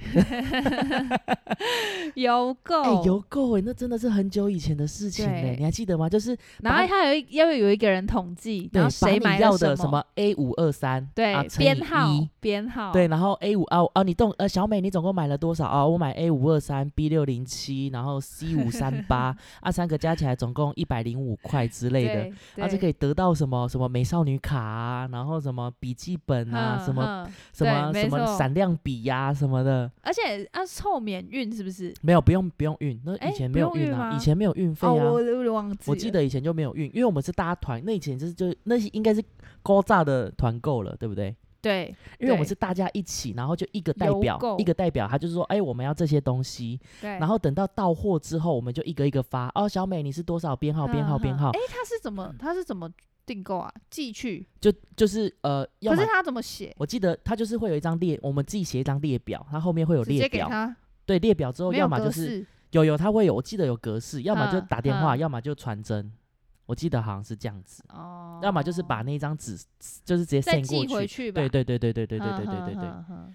[SPEAKER 2] 有够，
[SPEAKER 1] 哎、邮购哎，那真的是很久以前的事情嘞
[SPEAKER 2] 哦对，
[SPEAKER 1] 你还记得吗？就是
[SPEAKER 2] 然
[SPEAKER 1] 把
[SPEAKER 2] 后还有一要有一个人统计，
[SPEAKER 1] 对，
[SPEAKER 2] 然后
[SPEAKER 1] 把
[SPEAKER 2] 谁
[SPEAKER 1] 你
[SPEAKER 2] 买
[SPEAKER 1] 要
[SPEAKER 2] 了
[SPEAKER 1] 的
[SPEAKER 2] 什
[SPEAKER 1] 么 A 五二三，
[SPEAKER 2] 对
[SPEAKER 1] 啊，乘以
[SPEAKER 2] 编号
[SPEAKER 1] 一
[SPEAKER 2] 编号，
[SPEAKER 1] 对，然后 A 五啊啊，你总呃小美你总共买了多少啊？我买 A 五二三 B 六零七，然后 C 五三
[SPEAKER 2] [LAUGHS]
[SPEAKER 1] 八啊，三个加起来总共一百零五块之类的。
[SPEAKER 2] 对，
[SPEAKER 1] 啊，就可
[SPEAKER 2] 以
[SPEAKER 1] 以得到什么什么美少女卡啊，然后什么笔记本啊，什么什
[SPEAKER 2] 嗯对
[SPEAKER 1] 么
[SPEAKER 2] 没
[SPEAKER 1] 什么
[SPEAKER 2] 错
[SPEAKER 1] 闪亮笔呀、什么的，
[SPEAKER 2] 而且啊凑免运是不是？
[SPEAKER 1] 没有不用不用运，那
[SPEAKER 2] 哎
[SPEAKER 1] 以前
[SPEAKER 2] 不
[SPEAKER 1] 没有
[SPEAKER 2] 用运
[SPEAKER 1] 啊，以
[SPEAKER 2] 吗
[SPEAKER 1] 前没有运费
[SPEAKER 2] 哦，
[SPEAKER 1] 啊。
[SPEAKER 2] 我我忘记，
[SPEAKER 1] 我记，得以前就没有运，因为我们是搭团，那以前就是就那些应该是高炸的团购了，对不对？
[SPEAKER 2] 对
[SPEAKER 1] 因为我们
[SPEAKER 2] 对
[SPEAKER 1] 是大家一起，然后就一个代
[SPEAKER 2] 邮
[SPEAKER 1] 表，
[SPEAKER 2] 购
[SPEAKER 1] 一个代表，他就是说，哎、我们要这些东西，
[SPEAKER 2] 对。
[SPEAKER 1] 然后等到到货之后，我们就一个一个发。哦，小美，你是多少编号？编号？
[SPEAKER 2] 嗯
[SPEAKER 1] 编
[SPEAKER 2] 哼
[SPEAKER 1] 号
[SPEAKER 2] 哎，？他是
[SPEAKER 1] 嗯
[SPEAKER 2] 怎么他是怎么订购啊？寄去，
[SPEAKER 1] 就就是呃，要
[SPEAKER 2] 可
[SPEAKER 1] 么
[SPEAKER 2] 是他怎么写？
[SPEAKER 1] 我记得他就是会有一张列，我们自己写一张列表，它后面会有
[SPEAKER 2] 直接
[SPEAKER 1] 列
[SPEAKER 2] 给
[SPEAKER 1] 表，
[SPEAKER 2] 他，
[SPEAKER 1] 对，列表之后
[SPEAKER 2] 没
[SPEAKER 1] 要
[SPEAKER 2] 有
[SPEAKER 1] 么
[SPEAKER 2] 格
[SPEAKER 1] 就是
[SPEAKER 2] 式，
[SPEAKER 1] 有有，它会有，我记得有格式，要么就
[SPEAKER 2] 嗯
[SPEAKER 1] 打电话，
[SPEAKER 2] 嗯
[SPEAKER 1] 要么就传真，我记得好像是这样子，
[SPEAKER 2] 哦，
[SPEAKER 1] 要么就是把那张纸就是直接
[SPEAKER 2] 再
[SPEAKER 1] send
[SPEAKER 2] 寄
[SPEAKER 1] 过
[SPEAKER 2] 回
[SPEAKER 1] 去。
[SPEAKER 2] 去吧。
[SPEAKER 1] 对对对对对对对对
[SPEAKER 2] 哼
[SPEAKER 1] 对对
[SPEAKER 2] 哼
[SPEAKER 1] 对，
[SPEAKER 2] 哼哼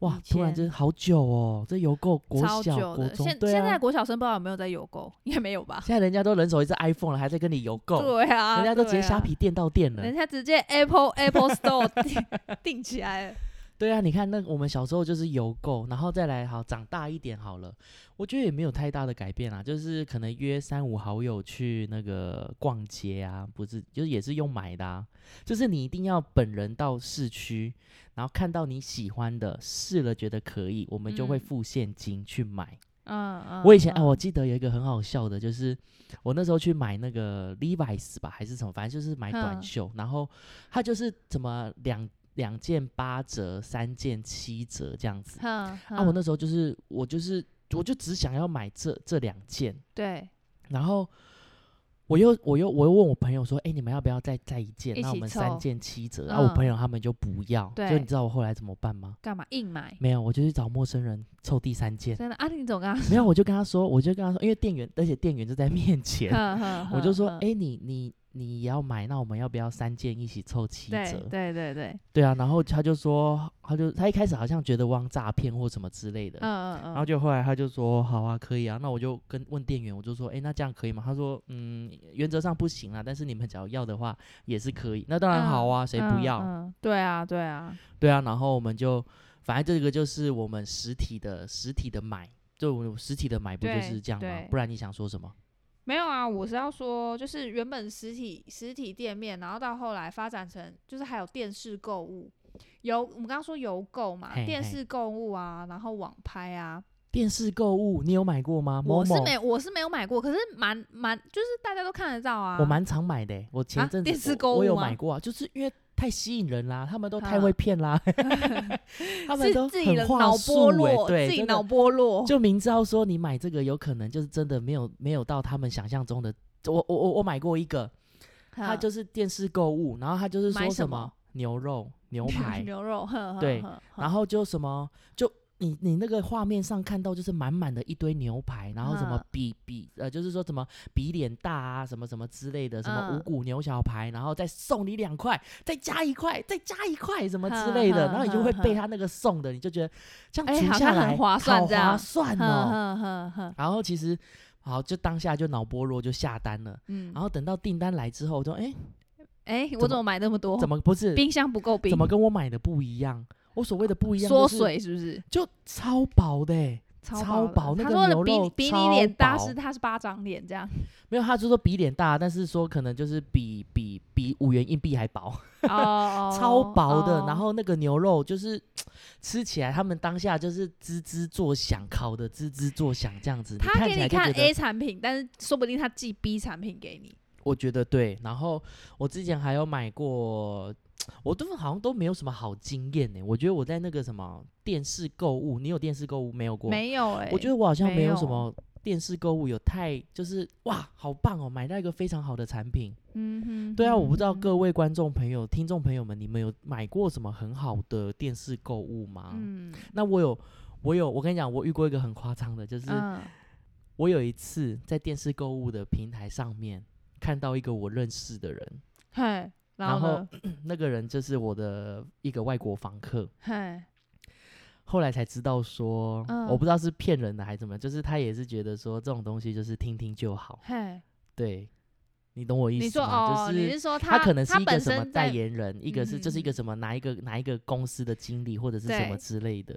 [SPEAKER 1] 哇
[SPEAKER 2] 以！
[SPEAKER 1] 突然
[SPEAKER 2] 前
[SPEAKER 1] 就是好久哦，这邮购国
[SPEAKER 2] 超
[SPEAKER 1] 小、
[SPEAKER 2] 久
[SPEAKER 1] 国
[SPEAKER 2] 的。
[SPEAKER 1] 中
[SPEAKER 2] 现，
[SPEAKER 1] 对
[SPEAKER 2] 现
[SPEAKER 1] 啊
[SPEAKER 2] 在，国小生不知道有没有在邮购，应该没有吧？
[SPEAKER 1] [LAUGHS] 现在人家都人手一只 iPhone 了，还在跟你邮购，
[SPEAKER 2] 对啊，
[SPEAKER 1] 哦人家都直接
[SPEAKER 2] 对啊
[SPEAKER 1] 虾皮，店到店了
[SPEAKER 2] 人。家直接
[SPEAKER 1] [LAUGHS]
[SPEAKER 2] Apple Apple Store 订订起来了。
[SPEAKER 1] 对啊，你看那我们小时候就是邮购，然后再来好长大一点好了，我觉得也没有太大的改变啊，就是可能约三五好友去那个逛街啊，不是就是也是用买的啊，就是你一定要本人到市区，然后看到你喜欢的，试了觉得可以，我们就会
[SPEAKER 2] 嗯
[SPEAKER 1] 付现金去买。
[SPEAKER 2] 嗯嗯，
[SPEAKER 1] 我以前哎、
[SPEAKER 2] 嗯
[SPEAKER 1] 我记得有一个很好笑的，就是我那时候去买那个 Levi's 吧，还是什么，反正就是买短
[SPEAKER 2] 嗯
[SPEAKER 1] 袖，然后它就是怎么两两件八折，三件七折这样子。
[SPEAKER 2] 哼
[SPEAKER 1] 啊，我
[SPEAKER 2] 哼
[SPEAKER 1] 那时候就是我就是我就只想要买这这两件，
[SPEAKER 2] 对
[SPEAKER 1] 然后我又我又我又问我朋友说，哎、你们要不要再再一件？
[SPEAKER 2] 一
[SPEAKER 1] 那我
[SPEAKER 2] 起
[SPEAKER 1] 们三
[SPEAKER 2] 凑
[SPEAKER 1] 件七折。然后我朋
[SPEAKER 2] 嗯
[SPEAKER 1] 友他们就不要，就
[SPEAKER 2] 对
[SPEAKER 1] 你知道我后来怎么办吗？
[SPEAKER 2] 干嘛硬买？
[SPEAKER 1] 没有，我就去找陌生人凑第三件。
[SPEAKER 2] 真的啊，你总刚，
[SPEAKER 1] 没有，我就跟他说，我就跟他说，因为店员，而且店员就在面
[SPEAKER 2] [LAUGHS]
[SPEAKER 1] 前，
[SPEAKER 2] 哼哼
[SPEAKER 1] 我就说，
[SPEAKER 2] 哼
[SPEAKER 1] 哎、你你你也要买，那我们要不要三件一起凑七
[SPEAKER 2] 对
[SPEAKER 1] 折？
[SPEAKER 2] 对对对，
[SPEAKER 1] 对啊，然后他就说，他就他一开始好像觉得汪诈骗或什么之类的，
[SPEAKER 2] 嗯嗯嗯，
[SPEAKER 1] 然后就后来他就说，好啊，可以啊，那我就跟问店员，我就说，哎、那这样可以吗？他说，嗯，原则上不行啊，但是你们只要要的话也是可以。那当然好啊，谁、
[SPEAKER 2] 嗯
[SPEAKER 1] 不要？
[SPEAKER 2] 嗯对啊对啊，
[SPEAKER 1] 对啊，然后我们就反正这个就是我们实体的实体的买，就我们实体的买不就
[SPEAKER 2] 对
[SPEAKER 1] 是这样吗
[SPEAKER 2] 对？
[SPEAKER 1] 不然你想说什么？
[SPEAKER 2] 没有啊，我是要说，就是原本实体实体店面，然后到后来发展成，就是还有电视购物，邮我们刚刚说邮购嘛，
[SPEAKER 1] 嘿
[SPEAKER 2] 电
[SPEAKER 1] 嘿
[SPEAKER 2] 视购物啊，然后网拍啊，
[SPEAKER 1] 电视购物你有买过吗？某
[SPEAKER 2] 我是
[SPEAKER 1] 某，
[SPEAKER 2] 没我是没有买过，可是蛮蛮就是大家都看得到啊，
[SPEAKER 1] 我蛮常买的欸、我前
[SPEAKER 2] 啊
[SPEAKER 1] 阵子、
[SPEAKER 2] 电视
[SPEAKER 1] 我
[SPEAKER 2] 购
[SPEAKER 1] 我
[SPEAKER 2] 物
[SPEAKER 1] 有
[SPEAKER 2] 吗
[SPEAKER 1] 买过啊，就是因为太吸引人啦，他们都太
[SPEAKER 2] 啊
[SPEAKER 1] 会骗
[SPEAKER 2] [LAUGHS]
[SPEAKER 1] 啦，他们
[SPEAKER 2] 是
[SPEAKER 1] 都
[SPEAKER 2] 自己的
[SPEAKER 1] 很
[SPEAKER 2] 脑
[SPEAKER 1] 话术
[SPEAKER 2] 波
[SPEAKER 1] 欸
[SPEAKER 2] 落，
[SPEAKER 1] 对，
[SPEAKER 2] 自己
[SPEAKER 1] 真的
[SPEAKER 2] 脑波落，
[SPEAKER 1] 就明知道说你买这个有可能就是真的没有没有到他们想象中的。我我我我买过一个，他
[SPEAKER 2] 哼
[SPEAKER 1] 就是电视购物，然后他就是
[SPEAKER 2] 买
[SPEAKER 1] 说
[SPEAKER 2] 什
[SPEAKER 1] 什
[SPEAKER 2] 么
[SPEAKER 1] 么牛肉牛排，
[SPEAKER 2] 牛肉，哼哼
[SPEAKER 1] 对
[SPEAKER 2] 哼哼
[SPEAKER 1] 然后就什么，就你你那个画面上看到就是满满的一堆牛排，然后什么
[SPEAKER 2] 嗯
[SPEAKER 1] 比比呃，就是说什么比脸大啊，什么什么之类的，什么五
[SPEAKER 2] 嗯
[SPEAKER 1] 谷牛小排，然后再送你两块，再加一块，再加一块什么之
[SPEAKER 2] 哼
[SPEAKER 1] 类的，
[SPEAKER 2] 哼
[SPEAKER 1] 然后你就
[SPEAKER 2] 哼
[SPEAKER 1] 会被
[SPEAKER 2] 哼
[SPEAKER 1] 他那个送的，你就觉得这样
[SPEAKER 2] 哎
[SPEAKER 1] 除
[SPEAKER 2] 好
[SPEAKER 1] 下
[SPEAKER 2] 像很
[SPEAKER 1] 来
[SPEAKER 2] 划算
[SPEAKER 1] 好
[SPEAKER 2] 这
[SPEAKER 1] 划
[SPEAKER 2] 样
[SPEAKER 1] 算
[SPEAKER 2] 哼
[SPEAKER 1] 哦。
[SPEAKER 2] 哼哼哼，
[SPEAKER 1] 然后其实好，就当下就脑波弱就下单了，
[SPEAKER 2] 嗯，
[SPEAKER 1] 然后等到订单来之后，我说哎，
[SPEAKER 2] 哎，
[SPEAKER 1] 么
[SPEAKER 2] 我怎么买那么多？
[SPEAKER 1] 怎么不是？
[SPEAKER 2] 冰箱不够冰？
[SPEAKER 1] 怎么跟我买的不一样？我所谓的不一样，
[SPEAKER 2] 缩水是不是？
[SPEAKER 1] 就超薄的欸、超薄
[SPEAKER 2] 的
[SPEAKER 1] 那
[SPEAKER 2] 他
[SPEAKER 1] 个牛
[SPEAKER 2] 说的比
[SPEAKER 1] 肉
[SPEAKER 2] 比
[SPEAKER 1] 超
[SPEAKER 2] 你脸大
[SPEAKER 1] 薄
[SPEAKER 2] 是他是巴掌脸这
[SPEAKER 1] [LAUGHS]
[SPEAKER 2] 样
[SPEAKER 1] 没有，他就说比脸大，但是说可能就是比比比五元硬币还薄，[LAUGHS]
[SPEAKER 2] 哦，
[SPEAKER 1] 超薄的。
[SPEAKER 2] 哦
[SPEAKER 1] 然后那个牛肉就是吃起来，他们当下就是吱吱作响，烤的吱吱作响这样子。你
[SPEAKER 2] 他
[SPEAKER 1] 看
[SPEAKER 2] 给
[SPEAKER 1] 起
[SPEAKER 2] 你
[SPEAKER 1] 来就
[SPEAKER 2] 看
[SPEAKER 1] 觉得
[SPEAKER 2] A 产品，但是说不定他寄 B 产品给你。
[SPEAKER 1] 我觉得对。然后我之前还有买过，我都好像都没有什么好经验呢、我觉得我在那个什么电视购物，你有电视购物没有过？
[SPEAKER 2] 没有哎、
[SPEAKER 1] 我觉得我好像
[SPEAKER 2] 没
[SPEAKER 1] 没有什
[SPEAKER 2] 有
[SPEAKER 1] 么电视购物有太就是哇，好棒哦，买到一个非常好的产品。
[SPEAKER 2] 嗯哼，
[SPEAKER 1] 对啊，我不知道
[SPEAKER 2] 嗯
[SPEAKER 1] 各位观众朋友、听众朋友们，你们有买过什么很好的电视购物吗？
[SPEAKER 2] 嗯
[SPEAKER 1] 那我有，我有，我跟你讲，我遇过一个很夸张的，就是
[SPEAKER 2] 嗯
[SPEAKER 1] 我有一次在电视购物的平台上面看到一个我认识的人，
[SPEAKER 2] 嘿，然
[SPEAKER 1] 然后
[SPEAKER 2] 呢
[SPEAKER 1] 那个人就是我的一个外国房客。
[SPEAKER 2] 嘿，
[SPEAKER 1] 后来才知道说，
[SPEAKER 2] 嗯
[SPEAKER 1] 我不知道是骗人的还是怎么样，就是他也是觉得说这种东西就是听听就好，
[SPEAKER 2] 嘿，
[SPEAKER 1] 对，你懂我意
[SPEAKER 2] 你
[SPEAKER 1] 思
[SPEAKER 2] 说
[SPEAKER 1] 吗？
[SPEAKER 2] 哦，
[SPEAKER 1] 就是
[SPEAKER 2] 你是说
[SPEAKER 1] 他
[SPEAKER 2] 他
[SPEAKER 1] 可能是一个
[SPEAKER 2] 本
[SPEAKER 1] 什么
[SPEAKER 2] 身
[SPEAKER 1] 代
[SPEAKER 2] 在
[SPEAKER 1] 言人，一个是就是一
[SPEAKER 2] 嗯
[SPEAKER 1] 个什么哪一个哪一个公司的经理或者是什么
[SPEAKER 2] 对
[SPEAKER 1] 之类的，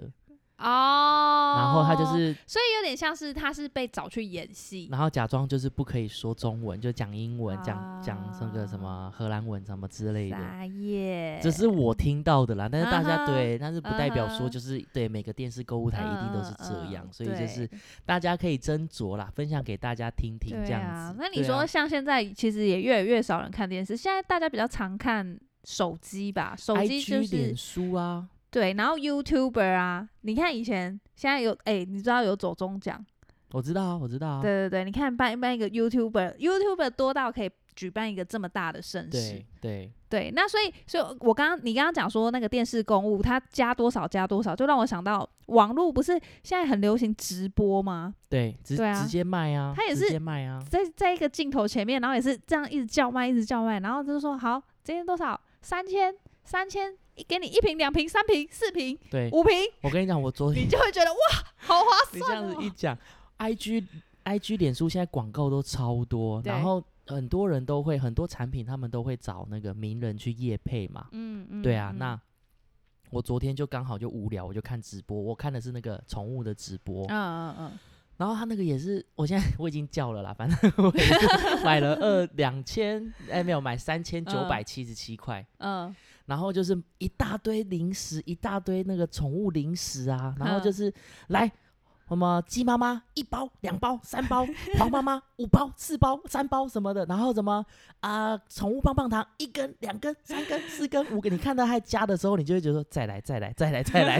[SPEAKER 2] 哦，
[SPEAKER 1] 然后他就，是
[SPEAKER 2] 所以有点像是他是被找去演戏，
[SPEAKER 1] 然后假装就是不可以说中文，就讲英文，讲讲这个什
[SPEAKER 2] 哦
[SPEAKER 1] 么荷兰文什么之类的。
[SPEAKER 2] 傻耶，
[SPEAKER 1] 这是我听到的啦，但是大家
[SPEAKER 2] 嗯哼
[SPEAKER 1] 对，但是不代表
[SPEAKER 2] 嗯
[SPEAKER 1] 说
[SPEAKER 2] 哼
[SPEAKER 1] 就是对每个电视购物台一定都是这
[SPEAKER 2] 嗯
[SPEAKER 1] 样，
[SPEAKER 2] 嗯
[SPEAKER 1] 所以就
[SPEAKER 2] 对
[SPEAKER 1] 是大家可以斟酌啦，分享给大家听听这
[SPEAKER 2] 对
[SPEAKER 1] 样
[SPEAKER 2] 啊
[SPEAKER 1] 子。。
[SPEAKER 2] 那你
[SPEAKER 1] 对啊
[SPEAKER 2] 说像现在其实也越来越少人看电视，现在大家比较常看手机吧，手机
[SPEAKER 1] IG
[SPEAKER 2] 就
[SPEAKER 1] 脸
[SPEAKER 2] 是
[SPEAKER 1] 书啊，
[SPEAKER 2] 对，然后 YouTuber 啊，你看以前现在有哎、你知道有走中奖，
[SPEAKER 1] 我知道啊，我知道啊，
[SPEAKER 2] 对对对，你看办办一个 YouTuber，YouTuber 多到可以举办一个这么大的盛事
[SPEAKER 1] 对，对，
[SPEAKER 2] 对，那所以，所以我刚刚你刚刚讲说那个电视购物，它加多少加多少，就让我想到网络不是现在很流行直播吗？
[SPEAKER 1] 对，直
[SPEAKER 2] 对啊
[SPEAKER 1] 直接卖啊，
[SPEAKER 2] 他也
[SPEAKER 1] 直
[SPEAKER 2] 是
[SPEAKER 1] 接卖啊，
[SPEAKER 2] 在在一个镜头前面，然后也是这样一直叫卖，一直叫卖，然后就是说好，今天多少？三千，三千，一给你一瓶、两瓶、三瓶、四瓶、
[SPEAKER 1] 对，
[SPEAKER 2] 五瓶，
[SPEAKER 1] 我跟你讲，我昨天
[SPEAKER 2] 你就会觉得哇，好划
[SPEAKER 1] 你这
[SPEAKER 2] 算
[SPEAKER 1] 样
[SPEAKER 2] 哦
[SPEAKER 1] 子一讲，IG IG 脸书现在广告都超多，然
[SPEAKER 2] 对
[SPEAKER 1] 后很多人都会很多产品，他们都会找那个名人去夜配嘛。
[SPEAKER 2] 嗯嗯，
[SPEAKER 1] 对啊，
[SPEAKER 2] 嗯
[SPEAKER 1] 那我昨天就刚好就无聊，我就看直播，我看的是那个宠物的直播，
[SPEAKER 2] 嗯嗯嗯，
[SPEAKER 1] 然后他那个也是，我现在 [LAUGHS] 我已经叫了啦，反正我也是买了二两千，哎没有买三千九百七十七块。
[SPEAKER 2] 嗯，
[SPEAKER 1] 然后就是一大堆零食，一大堆那个宠物零食啊，然后就
[SPEAKER 2] 嗯
[SPEAKER 1] 是、来什么鸡妈妈一包、两包、三包，黄妈妈五包、四包、三包什么的，然后什么啊、宠物棒棒糖一根、两根、三根、四根、五根，你看到他加的时候，你就会觉得说再来、再来、再来、再来，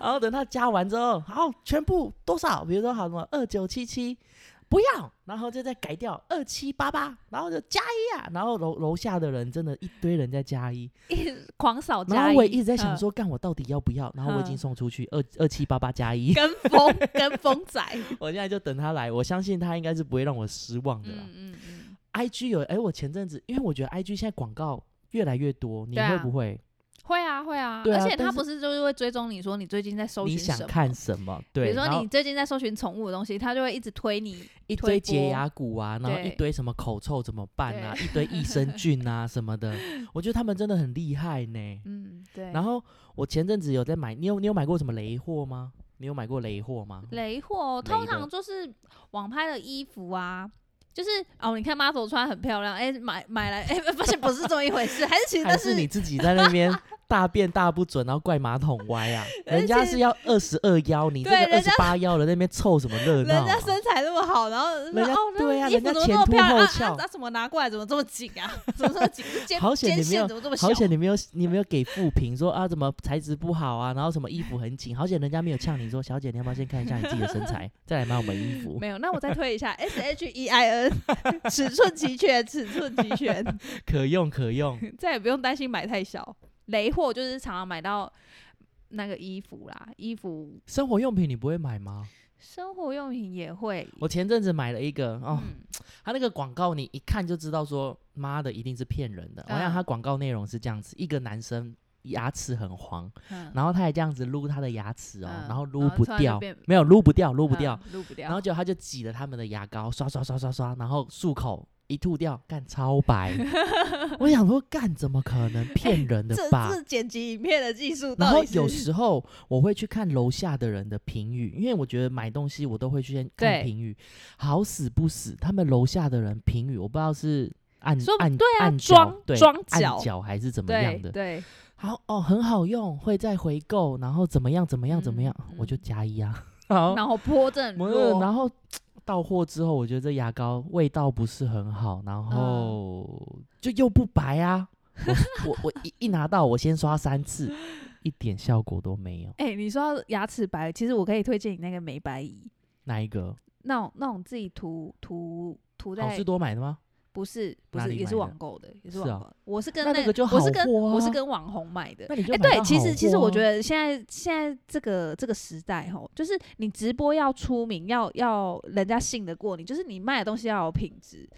[SPEAKER 1] 然后等他加完之后，好，全部多少？比如说好什么二九七七。不要，然后就再改掉二七八八，然后就加一啊，然后楼楼下的人真的一堆人在加一，
[SPEAKER 2] 一直狂扫哦嗯加，
[SPEAKER 1] 然后我也一直在想，说，干我到底要不要？然后我已经
[SPEAKER 2] 嗯
[SPEAKER 1] 送出去二二七八八加一，
[SPEAKER 2] [LAUGHS] 跟风跟风仔，
[SPEAKER 1] [LAUGHS] 我现在就等他来。我相信他应该是不会让我失望的啦。
[SPEAKER 2] 嗯嗯，
[SPEAKER 1] IG 有哎，我前阵子因为我觉得 IG 现在广告越来越多，你
[SPEAKER 2] 对
[SPEAKER 1] 会
[SPEAKER 2] 啊
[SPEAKER 1] 不会？
[SPEAKER 2] 会啊会啊，
[SPEAKER 1] 对啊
[SPEAKER 2] 而且
[SPEAKER 1] 但
[SPEAKER 2] 他
[SPEAKER 1] 是
[SPEAKER 2] 不是就是会追踪你说你最近在搜
[SPEAKER 1] 你
[SPEAKER 2] 寻
[SPEAKER 1] 想
[SPEAKER 2] 什么
[SPEAKER 1] 看什么？对，
[SPEAKER 2] 比如
[SPEAKER 1] 然
[SPEAKER 2] 说
[SPEAKER 1] 后
[SPEAKER 2] 你最近在搜寻宠物的东西，他就会一直推 [LAUGHS] 你。
[SPEAKER 1] 一
[SPEAKER 2] 推
[SPEAKER 1] 堆解
[SPEAKER 2] 播
[SPEAKER 1] 牙骨啊，然后一
[SPEAKER 2] 对
[SPEAKER 1] 堆什么口臭怎么办啊，一堆益
[SPEAKER 2] [LAUGHS]
[SPEAKER 1] 生菌啊什么的，我觉得他们真的很厉害呢。
[SPEAKER 2] 嗯，对。
[SPEAKER 1] 然后我前阵子有在买，你有你有买过什么雷货吗？你有买过雷货吗？
[SPEAKER 2] 雷货哦
[SPEAKER 1] 雷
[SPEAKER 2] 通
[SPEAKER 1] 的
[SPEAKER 2] 常就是网拍的衣服啊，就是哦，你看 model 穿很漂亮，哎、买买来，哎、发现不是这么一回事，还是其实
[SPEAKER 1] 还
[SPEAKER 2] 那
[SPEAKER 1] 是你自己在那
[SPEAKER 2] [LAUGHS]
[SPEAKER 1] 边大便大不准，然后怪马桶歪啊？人家是要二十二腰，你这
[SPEAKER 2] 对
[SPEAKER 1] 个二
[SPEAKER 2] 人
[SPEAKER 1] 十
[SPEAKER 2] 家
[SPEAKER 1] 八腰的那边凑什么热
[SPEAKER 2] 人
[SPEAKER 1] 闹、
[SPEAKER 2] 家
[SPEAKER 1] 啊？
[SPEAKER 2] 身材那么好，然后
[SPEAKER 1] 人家
[SPEAKER 2] 哦，那
[SPEAKER 1] 对啊
[SPEAKER 2] 衣服
[SPEAKER 1] 人
[SPEAKER 2] 怎
[SPEAKER 1] 家前
[SPEAKER 2] 么这么
[SPEAKER 1] 凸
[SPEAKER 2] 漂亮
[SPEAKER 1] 后
[SPEAKER 2] 啊
[SPEAKER 1] 翘
[SPEAKER 2] 啊？那、怎么拿过来怎么这么紧啊？怎么这么紧？肩
[SPEAKER 1] 好险
[SPEAKER 2] 肩
[SPEAKER 1] 你没有
[SPEAKER 2] 线怎么这么小
[SPEAKER 1] 好？险你没有你没有给负评说啊怎么材质不好啊，然后什么衣服很紧，好险人家没有呛你说小姐你要不要先看一下你自己的身材，再来买我们衣服。
[SPEAKER 2] 没有，那我再推一下 S H E I N，尺寸齐全，尺寸齐全。 [LAUGHS]
[SPEAKER 1] 可用可用，
[SPEAKER 2] 再也不用担心买太小。雷货就是常常买到那个衣服啦，衣服、
[SPEAKER 1] 生活用品你不会买吗？
[SPEAKER 2] 生活用品也会。
[SPEAKER 1] 我前阵子买了一个哦，
[SPEAKER 2] 嗯
[SPEAKER 1] 他那个广告你一看就知道说，妈的，一定是骗人的。我想
[SPEAKER 2] 嗯
[SPEAKER 1] 他广告内容是这样子：一个男生牙齿很黄，
[SPEAKER 2] 嗯
[SPEAKER 1] 然后他还这样子撸他的牙齿哦，
[SPEAKER 2] 嗯
[SPEAKER 1] 然后撸
[SPEAKER 2] 然后
[SPEAKER 1] 不
[SPEAKER 2] 突然就
[SPEAKER 1] 掉
[SPEAKER 2] 变，
[SPEAKER 1] 没有撸不掉，撸不掉。
[SPEAKER 2] 嗯，撸不掉。
[SPEAKER 1] 然后结果他就挤了他们的牙膏，刷刷刷刷刷，然后漱口一吐掉，干超
[SPEAKER 2] [LAUGHS]
[SPEAKER 1] 白。我想说，干怎么可能骗人的
[SPEAKER 2] 哎这
[SPEAKER 1] 吧？
[SPEAKER 2] 这剪辑影片的技术
[SPEAKER 1] 然
[SPEAKER 2] 到
[SPEAKER 1] 后
[SPEAKER 2] 底是
[SPEAKER 1] 有时候我会去看楼下的人的评语，因为我觉得买东西我都会去先看
[SPEAKER 2] 对
[SPEAKER 1] 评语。好死不死，他们楼下的人评语我不知道是按
[SPEAKER 2] 说不
[SPEAKER 1] 按
[SPEAKER 2] 对啊
[SPEAKER 1] 按
[SPEAKER 2] 装
[SPEAKER 1] 对
[SPEAKER 2] 装
[SPEAKER 1] 按
[SPEAKER 2] 脚
[SPEAKER 1] 脚还是怎么
[SPEAKER 2] 对
[SPEAKER 1] 样的？
[SPEAKER 2] 对，
[SPEAKER 1] 好哦，很好用，会再回购，然后怎么样怎么样怎么样，
[SPEAKER 2] 嗯
[SPEAKER 1] 我就加一啊。好，
[SPEAKER 2] 然后波正
[SPEAKER 1] 我
[SPEAKER 2] 弱，
[SPEAKER 1] 然后到货之后，我觉得这牙膏味道不是很好，
[SPEAKER 2] 嗯
[SPEAKER 1] 然后就又不白啊。我我我一一拿到，我先刷三次，一点效果都没有。
[SPEAKER 2] 哎、你说到牙齿白，其实我可以推荐你那个美白仪，
[SPEAKER 1] 哪一个？
[SPEAKER 2] 那种那种自己涂涂涂
[SPEAKER 1] 好
[SPEAKER 2] 在
[SPEAKER 1] 事多买的吗？
[SPEAKER 2] 不是不
[SPEAKER 1] 哪
[SPEAKER 2] 是
[SPEAKER 1] 里
[SPEAKER 2] 也是
[SPEAKER 1] 买
[SPEAKER 2] 网
[SPEAKER 1] 的
[SPEAKER 2] 购的，也是
[SPEAKER 1] 是啊
[SPEAKER 2] 网购的。我是跟
[SPEAKER 1] 那那个就
[SPEAKER 2] 我是
[SPEAKER 1] 好
[SPEAKER 2] 跟我是
[SPEAKER 1] 货啊
[SPEAKER 2] 跟网红买的。
[SPEAKER 1] 那你就
[SPEAKER 2] 哎、
[SPEAKER 1] 买
[SPEAKER 2] 对，
[SPEAKER 1] 到
[SPEAKER 2] 其
[SPEAKER 1] 好
[SPEAKER 2] 实其实我
[SPEAKER 1] 货
[SPEAKER 2] 觉
[SPEAKER 1] 啊
[SPEAKER 2] 得现在现在这个这个时代吼，就是你直播要出名，要要人家信得过你，就是你卖的东西要有品质。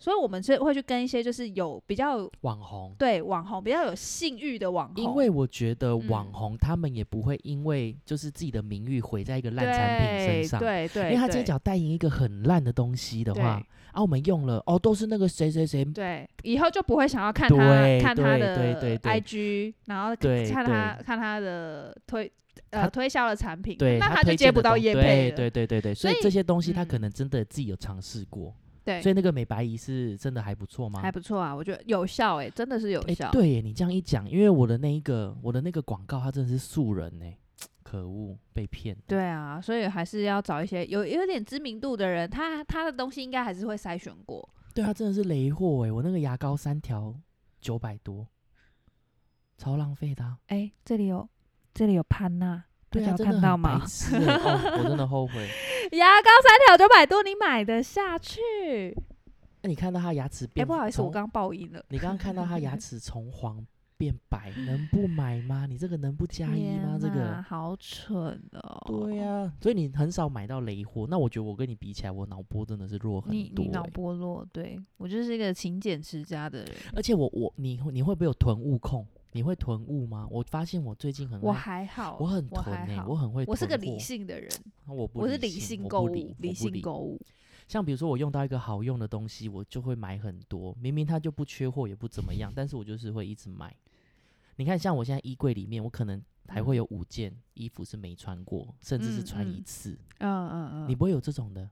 [SPEAKER 2] 所以我们是会去跟一些就是有比较有
[SPEAKER 1] 网红，
[SPEAKER 2] 对网红比较有信誉的网红，
[SPEAKER 1] 因为我觉得网
[SPEAKER 2] 嗯
[SPEAKER 1] 红他们也不会因为就是自己的名誉毁在一个烂产品身上。
[SPEAKER 2] 对对，
[SPEAKER 1] 因为他今天
[SPEAKER 2] 对
[SPEAKER 1] 只要代言一个很烂的东西的话
[SPEAKER 2] 对，
[SPEAKER 1] 啊，我们用了哦，都是那个谁谁谁
[SPEAKER 2] 对，以后就不会想要看他
[SPEAKER 1] 对
[SPEAKER 2] 看他
[SPEAKER 1] 对
[SPEAKER 2] 的
[SPEAKER 1] 对对对
[SPEAKER 2] IG，然后
[SPEAKER 1] 对
[SPEAKER 2] 看他
[SPEAKER 1] 对
[SPEAKER 2] 看他的推呃
[SPEAKER 1] 他
[SPEAKER 2] 推销的产品，
[SPEAKER 1] 对，
[SPEAKER 2] 那
[SPEAKER 1] 他
[SPEAKER 2] 就
[SPEAKER 1] 推
[SPEAKER 2] 接
[SPEAKER 1] 荐
[SPEAKER 2] 不
[SPEAKER 1] 的
[SPEAKER 2] 到
[SPEAKER 1] 东
[SPEAKER 2] 业配了。
[SPEAKER 1] 对对对对对，所以
[SPEAKER 2] 所以
[SPEAKER 1] 这些东西他可
[SPEAKER 2] 嗯
[SPEAKER 1] 能真的自己有尝试过，
[SPEAKER 2] 对
[SPEAKER 1] 所以那个美白仪是真的还不错吗？
[SPEAKER 2] 还不错啊，我觉得有效哎、真的是有
[SPEAKER 1] 哎、
[SPEAKER 2] 效。
[SPEAKER 1] 对耶，你这样一讲，因为我的那一个我的那个广告，它真的是素人呢，可恶，被骗。
[SPEAKER 2] 对啊，所以还是要找一些有有点知名度的人，他他的东西应该还是会筛选过。
[SPEAKER 1] 对啊，真的是雷货哎，我那个牙膏三条九百多，超浪费的、啊。
[SPEAKER 2] 哎、这里有这里有潘娜，
[SPEAKER 1] 对啊，
[SPEAKER 2] 大家
[SPEAKER 1] 真
[SPEAKER 2] 有
[SPEAKER 1] 的
[SPEAKER 2] 看到
[SPEAKER 1] 很白
[SPEAKER 2] 吗？
[SPEAKER 1] 痴欸哦，我真的后悔。
[SPEAKER 2] [LAUGHS] 牙膏三条九百多，你买得下去？
[SPEAKER 1] 那、你看到他牙齿
[SPEAKER 2] 哎、
[SPEAKER 1] 变？
[SPEAKER 2] 不好意思，我
[SPEAKER 1] 从
[SPEAKER 2] 刚爆音了。
[SPEAKER 1] 你刚刚看到
[SPEAKER 2] [LAUGHS]
[SPEAKER 1] 他牙齿从黄变白，能不买吗？你这个能不加一
[SPEAKER 2] 天
[SPEAKER 1] 吗？这
[SPEAKER 2] 哪
[SPEAKER 1] 个。
[SPEAKER 2] 好蠢哦！
[SPEAKER 1] 对啊呀、所以你很少买到雷货。那我觉得我跟你比起来，我脑波真的是弱很
[SPEAKER 2] 你
[SPEAKER 1] 多、
[SPEAKER 2] 你
[SPEAKER 1] 欸。
[SPEAKER 2] 脑波弱，对我就是一个勤俭持家的人，
[SPEAKER 1] 而且我我你会你会不会有囤物控？你会囤物吗？我发现我最近很
[SPEAKER 2] 我
[SPEAKER 1] 爱
[SPEAKER 2] 还好，
[SPEAKER 1] 我很
[SPEAKER 2] 我
[SPEAKER 1] 囤
[SPEAKER 2] 还
[SPEAKER 1] 欸
[SPEAKER 2] 好，
[SPEAKER 1] 我很会囤货。
[SPEAKER 2] 我是个理性的人，
[SPEAKER 1] 啊，我不
[SPEAKER 2] 我是
[SPEAKER 1] 理
[SPEAKER 2] 性
[SPEAKER 1] 我
[SPEAKER 2] 购
[SPEAKER 1] 不
[SPEAKER 2] 物，理性购
[SPEAKER 1] 物。
[SPEAKER 2] 物，
[SPEAKER 1] 像比如说我用到一个好用的东西，我就会买很多，明明它就不缺货也不怎么样，但是我就是会一直买。你看，像我现在衣柜里面，我可能还会有五件衣服是没穿过，甚至是
[SPEAKER 2] 嗯
[SPEAKER 1] 穿一
[SPEAKER 2] 嗯
[SPEAKER 1] 次。
[SPEAKER 2] 嗯嗯嗯，
[SPEAKER 1] 你不会有这种的，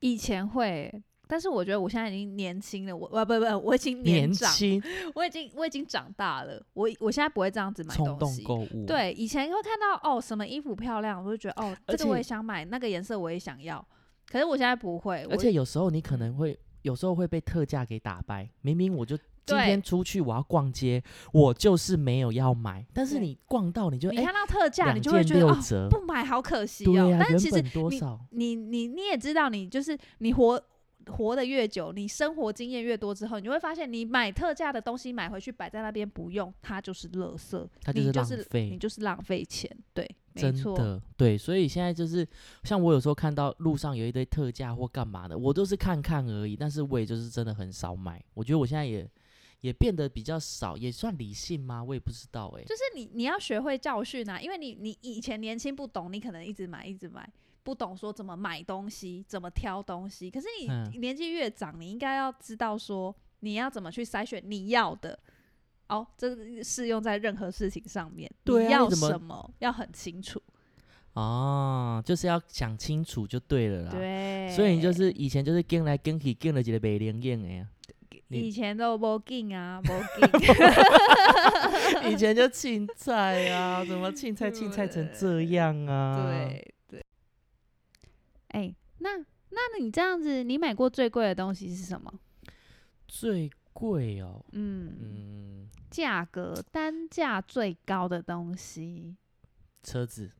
[SPEAKER 2] 以前会。但是我觉得我现在已经年轻了，我啊不不，我已经
[SPEAKER 1] 年
[SPEAKER 2] 长，
[SPEAKER 1] 轻
[SPEAKER 2] 我已经我已经长大了，我我现在不会这样子买
[SPEAKER 1] 冲
[SPEAKER 2] 东
[SPEAKER 1] 动
[SPEAKER 2] 西。
[SPEAKER 1] 购物，，
[SPEAKER 2] 对，以前会看到哦什么衣服漂亮，我就觉得哦这
[SPEAKER 1] 而
[SPEAKER 2] 个我
[SPEAKER 1] 且
[SPEAKER 2] 也想买，那个颜色我也想要。可是我现在不会，我
[SPEAKER 1] 而且有时候你可
[SPEAKER 2] 嗯
[SPEAKER 1] 能会，有时候会被特价给打败。明明我就今
[SPEAKER 2] 对
[SPEAKER 1] 天出去我要逛街，我就是没有要买，但是
[SPEAKER 2] 对
[SPEAKER 1] 你逛到你就
[SPEAKER 2] 你
[SPEAKER 1] 哎
[SPEAKER 2] 看到特价，你
[SPEAKER 1] 两
[SPEAKER 2] 就会
[SPEAKER 1] 件
[SPEAKER 2] 觉得
[SPEAKER 1] 六
[SPEAKER 2] 哦
[SPEAKER 1] 折，
[SPEAKER 2] 不买好可惜哦。
[SPEAKER 1] 对啊，
[SPEAKER 2] 但是
[SPEAKER 1] 原
[SPEAKER 2] 其实
[SPEAKER 1] 本多
[SPEAKER 2] 你
[SPEAKER 1] 少？
[SPEAKER 2] 你你你也知道，你就是你活活得越久，你生活经验越多之后，你就会发现，你买特价的东西买回去摆在那边不用，它就是垃圾，
[SPEAKER 1] 它就
[SPEAKER 2] 你
[SPEAKER 1] 是
[SPEAKER 2] 就
[SPEAKER 1] 浪
[SPEAKER 2] 是
[SPEAKER 1] 费
[SPEAKER 2] 你就是浪费钱，对，没
[SPEAKER 1] 真
[SPEAKER 2] 错，
[SPEAKER 1] 的对，所以现在就是像我有时候看到路上有一堆特价或干嘛的，我都是看看而已，但是我也就是真的很少买。我觉得我现在也也变得比较少，也算理性吗？我也不知道哎、
[SPEAKER 2] 就是你你要学会教训啊，因为你你以前年轻不懂，你可能一直买一直买。不懂说怎么买东西，怎么挑东西。可是
[SPEAKER 1] 嗯
[SPEAKER 2] 你年纪越长，你应该要知道说你要怎么去筛选你要的。哦，这个适用在任何事情上面。
[SPEAKER 1] 对啊
[SPEAKER 2] 你
[SPEAKER 1] 你
[SPEAKER 2] 要
[SPEAKER 1] 怎么
[SPEAKER 2] 什么要很清楚。
[SPEAKER 1] 哦，就是要想清楚就对了啦。
[SPEAKER 2] 对，
[SPEAKER 1] 所以你就是以前就是跟来跟去跟了几个北灵验哎呀，你
[SPEAKER 2] 以前都无劲啊，无劲，
[SPEAKER 1] [LAUGHS] 以前就青菜啊，怎么青菜青菜成这样啊？，
[SPEAKER 2] 对对。哎、那那你这样子，你买过最贵的东西是什么？
[SPEAKER 1] 最贵哦，
[SPEAKER 2] 嗯，
[SPEAKER 1] 嗯，
[SPEAKER 2] 价格单价最高的东西，
[SPEAKER 1] 车子。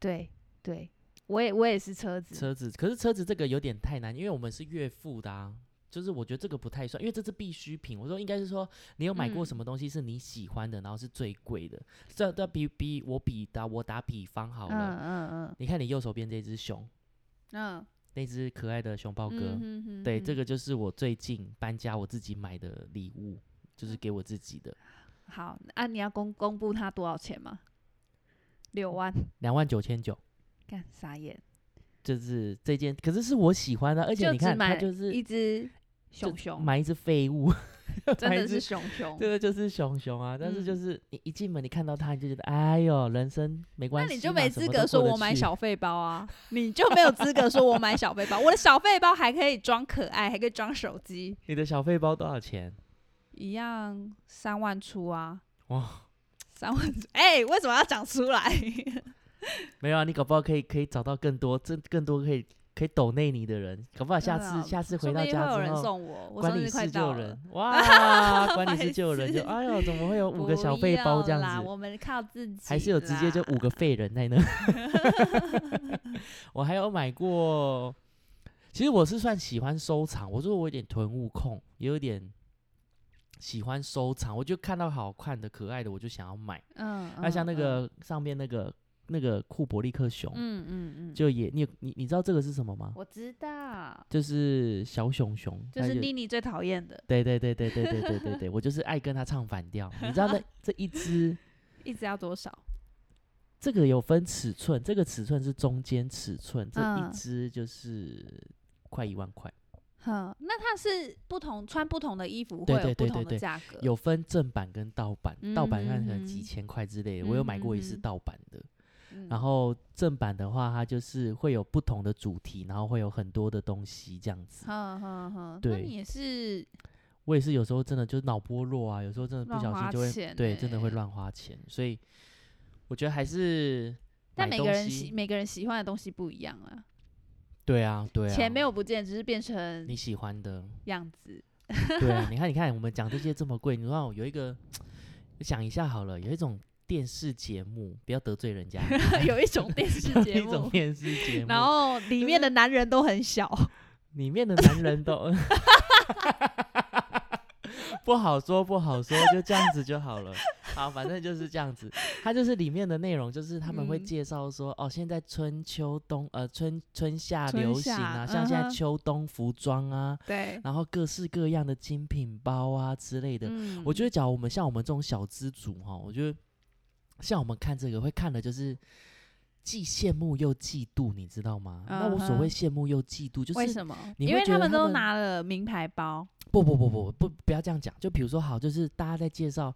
[SPEAKER 2] 对对，我也我也是车子，
[SPEAKER 1] 车子，可是车子这个有点太难，因为我们是月付的啊。就是我觉得这个不太算，因为这是必需品。我说应该是说，你有买过
[SPEAKER 2] 嗯
[SPEAKER 1] 什么东西是你喜欢的，然后是最贵的。这这比比我比打我打比方好
[SPEAKER 2] 嗯
[SPEAKER 1] 了，
[SPEAKER 2] 嗯嗯
[SPEAKER 1] 你看你右手边这只熊，
[SPEAKER 2] 嗯，
[SPEAKER 1] 那只可爱的熊抱哥，
[SPEAKER 2] 嗯哼哼
[SPEAKER 1] 对，这
[SPEAKER 2] 哼
[SPEAKER 1] 个就是我最近搬家我自己买的礼物，
[SPEAKER 2] 嗯
[SPEAKER 1] 就是给我自己的
[SPEAKER 2] 好啊，你要公公布它多少钱吗？六万，
[SPEAKER 1] 两万九千九，
[SPEAKER 2] 干傻眼，
[SPEAKER 1] 就是这件，可是是我喜欢的，而且
[SPEAKER 2] 就
[SPEAKER 1] 你
[SPEAKER 2] 只
[SPEAKER 1] 看它
[SPEAKER 2] 买
[SPEAKER 1] 就是
[SPEAKER 2] 一只熊熊，
[SPEAKER 1] 买一只废物， [LAUGHS]
[SPEAKER 2] 真
[SPEAKER 1] 买一
[SPEAKER 2] 的
[SPEAKER 1] 只
[SPEAKER 2] 是熊熊
[SPEAKER 1] 这。个就是熊熊啊，但是就
[SPEAKER 2] 嗯
[SPEAKER 1] 是你一进门，你看到它，你就觉得哎呦，人生没关
[SPEAKER 2] 那
[SPEAKER 1] 系嘛，
[SPEAKER 2] 你就没
[SPEAKER 1] 什
[SPEAKER 2] 资
[SPEAKER 1] 么
[SPEAKER 2] 格
[SPEAKER 1] 都
[SPEAKER 2] 说
[SPEAKER 1] 过得
[SPEAKER 2] 我买
[SPEAKER 1] 去，
[SPEAKER 2] 小费包啊，你就没有资格说我买小费包。我的小费包还可以装可爱，还可以装手机，
[SPEAKER 1] 你的小费包多少钱？
[SPEAKER 2] 一样三万出啊。
[SPEAKER 1] 哇，
[SPEAKER 2] 三万出！ [LAUGHS] 哎、为什么要讲出来？
[SPEAKER 1] 没有啊，你搞不好可以可以找到更多，这更多可以可以抖内你的人，搞不好下
[SPEAKER 2] 真的啊
[SPEAKER 1] 次下次
[SPEAKER 2] 说
[SPEAKER 1] [LAUGHS] 回
[SPEAKER 2] 不
[SPEAKER 1] 到
[SPEAKER 2] 定会有
[SPEAKER 1] 家之
[SPEAKER 2] 人
[SPEAKER 1] 后，
[SPEAKER 2] 送我，我
[SPEAKER 1] 管
[SPEAKER 2] 生
[SPEAKER 1] 理
[SPEAKER 2] 日快
[SPEAKER 1] 室就
[SPEAKER 2] 到
[SPEAKER 1] 有
[SPEAKER 2] 了 [LAUGHS]
[SPEAKER 1] 人。哇，管理
[SPEAKER 2] 不好
[SPEAKER 1] 室就有人
[SPEAKER 2] [LAUGHS] 意
[SPEAKER 1] 就
[SPEAKER 2] 思
[SPEAKER 1] 哎呦，怎么会有五个小
[SPEAKER 2] 不
[SPEAKER 1] 费包这样
[SPEAKER 2] 要啦
[SPEAKER 1] 子？
[SPEAKER 2] 我们靠自己，
[SPEAKER 1] 还是有直接就五个。废人在那。 [LAUGHS] 我还有买过，其实我是算喜欢收藏，我说我有点囤物控，也有点喜欢收藏，我就看到好看的、可爱的，我就想要买。
[SPEAKER 2] 嗯，
[SPEAKER 1] 那、像那个上面那个那个库伯利克熊，
[SPEAKER 2] 嗯，嗯嗯嗯，
[SPEAKER 1] 就也你你你知道这个是什么吗？
[SPEAKER 2] 我知道，
[SPEAKER 1] 就是小熊熊，
[SPEAKER 2] 就
[SPEAKER 1] 它
[SPEAKER 2] 是妮妮最讨厌的，
[SPEAKER 1] 对对对对对对对对对，我就是爱跟它唱反调。你知道
[SPEAKER 2] [LAUGHS]
[SPEAKER 1] 那这一只。
[SPEAKER 2] 一直要多少？
[SPEAKER 1] 这个有分尺寸，这个尺寸是中间尺寸，这
[SPEAKER 2] 嗯
[SPEAKER 1] 一只就是快一万块，
[SPEAKER 2] 哼，那它是不同穿不同的衣服会
[SPEAKER 1] 对
[SPEAKER 2] 有
[SPEAKER 1] 对
[SPEAKER 2] 不
[SPEAKER 1] 对
[SPEAKER 2] 同
[SPEAKER 1] 对
[SPEAKER 2] 的
[SPEAKER 1] 对
[SPEAKER 2] 价格，
[SPEAKER 1] 有分正版跟盗版，盗版看可能
[SPEAKER 2] 嗯
[SPEAKER 1] 几
[SPEAKER 2] 哼
[SPEAKER 1] 千块之类的，我有买过一次
[SPEAKER 2] 嗯哼哼
[SPEAKER 1] 盗版的。
[SPEAKER 2] 嗯，
[SPEAKER 1] 然后正版的话，它就是会有不同的主题，然后会有很多的东西这样子。
[SPEAKER 2] 哼哼哼，那
[SPEAKER 1] 对
[SPEAKER 2] 你也是
[SPEAKER 1] 我也是有时候真的就是脑波弱啊，有时候真的不
[SPEAKER 2] 乱
[SPEAKER 1] 小
[SPEAKER 2] 花
[SPEAKER 1] 心就会、
[SPEAKER 2] 钱
[SPEAKER 1] 对，真的会
[SPEAKER 2] 欸
[SPEAKER 1] 乱花钱，所以我觉得还是
[SPEAKER 2] 但
[SPEAKER 1] 买
[SPEAKER 2] 每个
[SPEAKER 1] 东
[SPEAKER 2] 人
[SPEAKER 1] 西
[SPEAKER 2] 喜每个人喜欢的东西不一样啊，
[SPEAKER 1] 对啊对啊，
[SPEAKER 2] 钱没有不见，只是变成
[SPEAKER 1] 你喜欢的，
[SPEAKER 2] 样子。 [LAUGHS]
[SPEAKER 1] 对啊，你看，你看，我们讲这些这么贵，你让我有一个想一下好了，有一种电视节目，不要得罪人家，
[SPEAKER 2] 有一种
[SPEAKER 1] [LAUGHS]
[SPEAKER 2] 电视
[SPEAKER 1] 一
[SPEAKER 2] 节
[SPEAKER 1] 种
[SPEAKER 2] 目，
[SPEAKER 1] 电视节目，
[SPEAKER 2] 然后里面的男人都
[SPEAKER 1] [LAUGHS]
[SPEAKER 2] 很小，
[SPEAKER 1] 里面的男人都 [LAUGHS] 不好说，不好说，就这样子就好了。好，反正就是这样子。它就是里面的内容，就是他们会
[SPEAKER 2] 嗯
[SPEAKER 1] 介绍说，哦，现在春秋冬呃春春夏
[SPEAKER 2] 春
[SPEAKER 1] 流行
[SPEAKER 2] 夏
[SPEAKER 1] 啊，像现在
[SPEAKER 2] 嗯哼
[SPEAKER 1] 秋冬服装啊，[LAUGHS]
[SPEAKER 2] 对，
[SPEAKER 1] 然后各式各样的精品包啊之类的。
[SPEAKER 2] 嗯
[SPEAKER 1] 我觉得，假如我们像我们这种小资族哈，我觉得像我们看这个会看的就是既羡慕又嫉妒，你知道吗？那我所谓
[SPEAKER 2] 嗯哼
[SPEAKER 1] 羡慕又嫉妒，就
[SPEAKER 2] 为
[SPEAKER 1] 是
[SPEAKER 2] 什么？
[SPEAKER 1] 你
[SPEAKER 2] 因
[SPEAKER 1] 会
[SPEAKER 2] 为
[SPEAKER 1] 觉得
[SPEAKER 2] 们
[SPEAKER 1] 他
[SPEAKER 2] 都
[SPEAKER 1] 们
[SPEAKER 2] 拿了名牌包，
[SPEAKER 1] 不不不不不不要这样讲。就比如说好，就是大家在介绍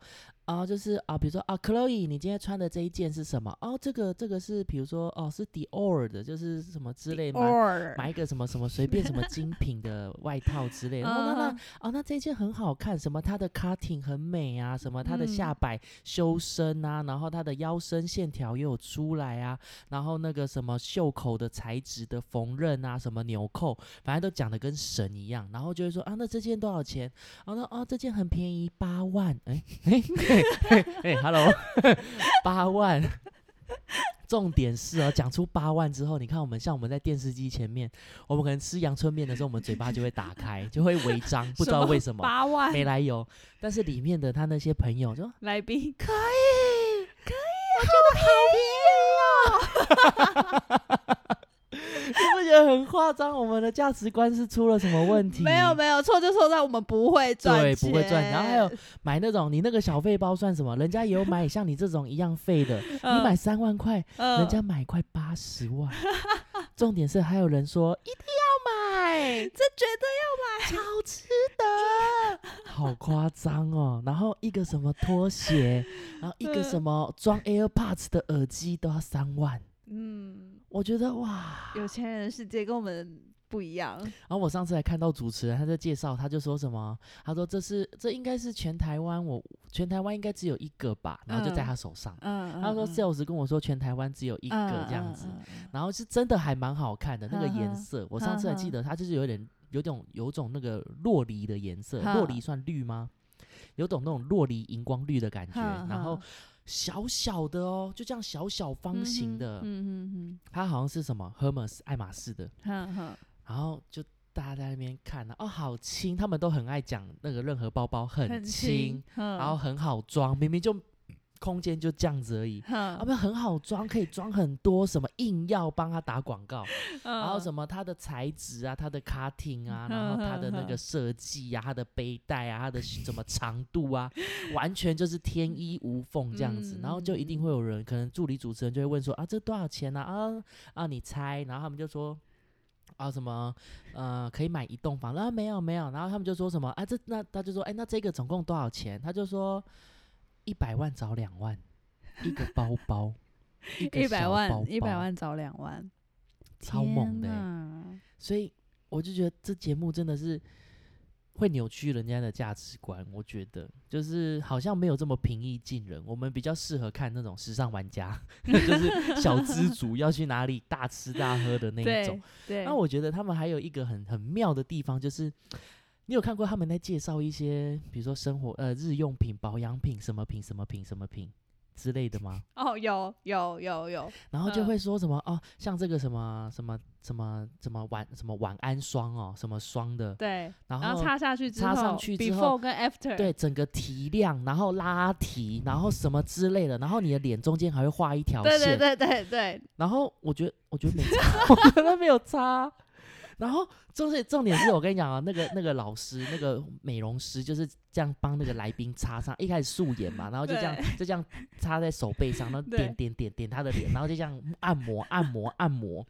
[SPEAKER 1] 啊，就是啊，比如说啊，Chloe，你今天穿的这一件是什么？哦，这个这个是比如说哦是 Dior 的，就是什么之类买买
[SPEAKER 2] 买
[SPEAKER 1] 一个什么什么随便什么精品的外套之
[SPEAKER 2] 嗯
[SPEAKER 1] 类的。哦，那那哦，那这一件很好看，什么它的 cutting 很美啊，什么它的
[SPEAKER 2] 嗯
[SPEAKER 1] 下摆修身啊，然后它的腰身线条也有出来啊，然后那个什么袖口的材质的缝纫啊，什么纽扣，反正都讲的跟神一样，然后就会说啊，那这件多少钱？哦，那哦这件很便宜，八万，哎 [LAUGHS] 哎哎哎，hello，八万。 [LAUGHS] 重点是哦，讲出八万之后，你看我们像我们在电视机前面，我们可能吃阳春面的时候，我们嘴巴就会打开，就会违章，不知道为什么，
[SPEAKER 2] 八万
[SPEAKER 1] 没来由。但是里面的他那些朋友说，
[SPEAKER 2] 来宾，
[SPEAKER 1] 可以，可以，我觉 [LAUGHS] 得好便宜哦。你不觉得很夸张？我们的价值观是出了什么问题？
[SPEAKER 2] 没有没有错就错在我们不会赚
[SPEAKER 1] 对
[SPEAKER 2] 钱，
[SPEAKER 1] 不会赚然后还有买那种你那个小费包算什么？人家也有买像你这种一样费的，你买三万块，
[SPEAKER 2] 嗯
[SPEAKER 1] 人家买快八十
[SPEAKER 2] [LAUGHS]
[SPEAKER 1] 万。重点是还有人说一定要买，
[SPEAKER 2] 这绝对要买，超值得。
[SPEAKER 1] 好夸张哦！然后一个什么拖鞋，然后一个什么
[SPEAKER 2] [LAUGHS]
[SPEAKER 1] 装 AirPods 的耳机都要三万，
[SPEAKER 2] 嗯，
[SPEAKER 1] 我觉得哇！
[SPEAKER 2] 有钱人的世界跟我们不一样，
[SPEAKER 1] 然后我上次还看到主持人他在介绍，他就说什么，他说这是这应该是全台湾我全台湾应该只有一个吧，然后就在
[SPEAKER 2] 嗯
[SPEAKER 1] 他手上。
[SPEAKER 2] 嗯，
[SPEAKER 1] 他说 sales 跟我说全台湾只有一
[SPEAKER 2] 一
[SPEAKER 1] 个这样
[SPEAKER 2] 嗯
[SPEAKER 1] 子，然后是真的还蛮好看的那个颜色，我上次还记得它就是有点有种有种那个洛梨的颜色，
[SPEAKER 2] 哈
[SPEAKER 1] 洛梨算绿吗？有种那种洛梨荧光绿的感觉，然后小小的哦，就这样小小方形的，
[SPEAKER 2] 嗯
[SPEAKER 1] 它好像是什么 Hermes 爱马仕的，
[SPEAKER 2] 嗯嗯哼，
[SPEAKER 1] 然后就大家在那边看、啊，哦，好轻，他们都很爱讲那个任何包包很轻，，然
[SPEAKER 2] 然
[SPEAKER 1] 后很好装，明明就空间就这样子而已，
[SPEAKER 2] 嗯
[SPEAKER 1] 啊，不很好装，可以装很多，什么硬要帮他打广告，
[SPEAKER 2] 嗯
[SPEAKER 1] 然后什么它的材质啊，它的 cutting 啊，然后它的那
[SPEAKER 2] 嗯
[SPEAKER 1] 个设计
[SPEAKER 2] [LAUGHS]
[SPEAKER 1] 啊，它的背带啊，它的什么长度啊，完全就是天衣无缝这样
[SPEAKER 2] 嗯
[SPEAKER 1] 子，然后就一定会有人，可能助理主持人就会问说啊，这多少钱啊？啊啊，你猜，然后他们就说。啊什么呃可以买一栋房了、啊，没有没有，然后他们就说什么啊这那他就说哎那这个总共多少钱？他就说一百万找两万，一个包包，一个
[SPEAKER 2] [LAUGHS] 一百
[SPEAKER 1] 小包
[SPEAKER 2] 万，一
[SPEAKER 1] 包
[SPEAKER 2] 百万找两万，
[SPEAKER 1] 超猛的
[SPEAKER 2] 天
[SPEAKER 1] 欸
[SPEAKER 2] 哪
[SPEAKER 1] 所以我就觉得这节目真的是会扭曲人家的价值观。我觉得就是好像没有这么平易近人，我们比较适合看那种时尚玩家， [LAUGHS] 就是小知足要去哪里大吃大喝的那一种
[SPEAKER 2] 对。对，
[SPEAKER 1] 那我觉得他们还有一个很很妙的地方，就是你有看过他们在介绍一些，比如说生活呃日用品、保养品、什么品、什么品、什么品之类的吗？
[SPEAKER 2] 哦有有有有，
[SPEAKER 1] 然后就
[SPEAKER 2] 嗯
[SPEAKER 1] 会说什么、哦，像这个什么什么什么什么晚什么晚安霜哦，什么霜的，
[SPEAKER 2] 对，
[SPEAKER 1] 然
[SPEAKER 2] 然后
[SPEAKER 1] 后
[SPEAKER 2] 插下去之
[SPEAKER 1] 插
[SPEAKER 2] 后
[SPEAKER 1] 上去之
[SPEAKER 2] b e f o
[SPEAKER 1] 后
[SPEAKER 2] r e 跟 after，
[SPEAKER 1] 对整个提亮，然后拉提，然后什么之类的，然后你的脸中间还会画一条线，
[SPEAKER 2] 对对对对对，
[SPEAKER 1] 然后我觉得我觉得没
[SPEAKER 2] [LAUGHS]
[SPEAKER 1] 差，我觉得没有差。然后重点重点是我跟你讲啊，那个那个老师那个美容师就是这样帮那个来宾插上，一开始素颜嘛，然后就这样就这样插在手背上，然后
[SPEAKER 2] 对
[SPEAKER 1] 点点点点他的脸，然后就这样按摩按摩按摩，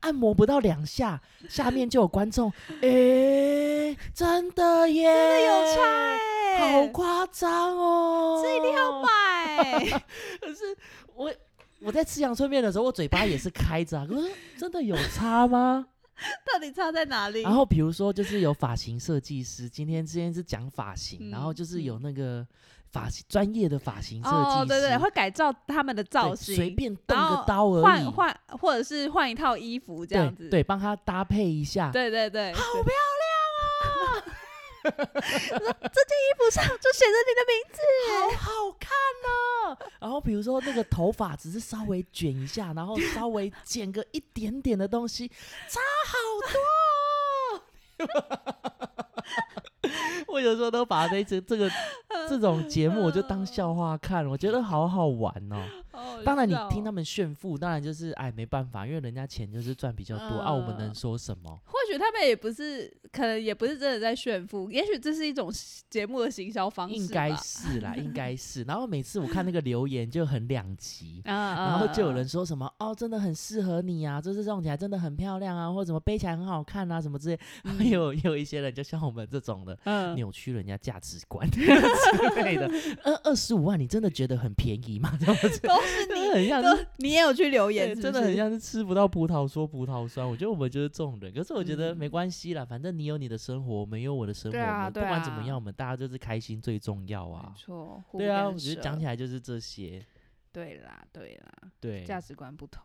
[SPEAKER 1] 按摩不到两下，下面就有观众，诶，真的耶，
[SPEAKER 2] 真的有差哎，
[SPEAKER 1] 好夸张哦，
[SPEAKER 2] 这一定要买， [LAUGHS]
[SPEAKER 1] 可是我我在吃阳春面的时候，我嘴巴也是开
[SPEAKER 2] [LAUGHS]
[SPEAKER 1] 着啊。可是真的有差吗？
[SPEAKER 2] 到底差在哪 [LAUGHS] 里？
[SPEAKER 1] 然后比如说就是有发型设计师，今天之前是讲发型，
[SPEAKER 2] 嗯
[SPEAKER 1] 然后就是有那个发型专业的发型设计师，
[SPEAKER 2] 哦，对对，会改造他们的造
[SPEAKER 1] 对
[SPEAKER 2] 型，
[SPEAKER 1] 随便动
[SPEAKER 2] 然后
[SPEAKER 1] 个刀而已
[SPEAKER 2] 换，换或者是换一套衣服这样
[SPEAKER 1] 对
[SPEAKER 2] 子，
[SPEAKER 1] 对，帮他搭配一下。
[SPEAKER 2] 对对对，好
[SPEAKER 1] [LAUGHS]
[SPEAKER 2] 漂亮啊！这件衣服上就写着你的名字，
[SPEAKER 1] 好好看呢、然后比如说那个头发只是稍微卷一下，然后稍微剪个一点点的东西，差好多、哦。我有时候都把这这这
[SPEAKER 2] [LAUGHS]
[SPEAKER 1] 个这种节目我就
[SPEAKER 2] 嗯
[SPEAKER 1] 当笑话看，我觉得好好玩哦。当然，你听他
[SPEAKER 2] 们，
[SPEAKER 1] 们炫富，当然就是哎没办法，因为人家钱就是赚比较多、啊，我们
[SPEAKER 2] 嗯
[SPEAKER 1] 能说什么？
[SPEAKER 2] 或许他们也不是，可能也不是真的在炫富，也许这是一种节目的行销方式吧，
[SPEAKER 1] 应该是
[SPEAKER 2] [LAUGHS]
[SPEAKER 1] 啦，应该是。然后每次我看那个留言就很两极，
[SPEAKER 2] 啊啊，
[SPEAKER 1] 然后就有
[SPEAKER 2] 啊
[SPEAKER 1] 人说什么哦，真的很适合你啊，就是用起来真的很漂亮啊，或者什么背起来很好看啊，什么之类。也有也有一些人就像我们这种的，
[SPEAKER 2] 嗯，
[SPEAKER 1] 扭曲人家价值观 [LAUGHS] 之类的。呃，二十五万，你真的觉得很便宜吗？这样子，
[SPEAKER 2] 都是
[SPEAKER 1] 真
[SPEAKER 2] 你
[SPEAKER 1] 的很像
[SPEAKER 2] 都
[SPEAKER 1] 是。
[SPEAKER 2] 你也有去留
[SPEAKER 1] 对
[SPEAKER 2] 言，是不
[SPEAKER 1] 真的很
[SPEAKER 2] 是
[SPEAKER 1] 像是吃不到葡萄说葡萄酸，我觉得我们就是这种人。可是我觉得
[SPEAKER 2] 嗯
[SPEAKER 1] 没关系啦，反正你有你的生活，我们有我的生活，
[SPEAKER 2] 对啊
[SPEAKER 1] 我们不
[SPEAKER 2] 对
[SPEAKER 1] 管怎么
[SPEAKER 2] 啊
[SPEAKER 1] 样，我们大家就是开心最重要啊
[SPEAKER 2] 没。错，互
[SPEAKER 1] 对啊，
[SPEAKER 2] 干
[SPEAKER 1] 我觉得
[SPEAKER 2] 涉
[SPEAKER 1] 讲起来就是这些。
[SPEAKER 2] 对啦对啦，
[SPEAKER 1] 对，
[SPEAKER 2] 价值观不同，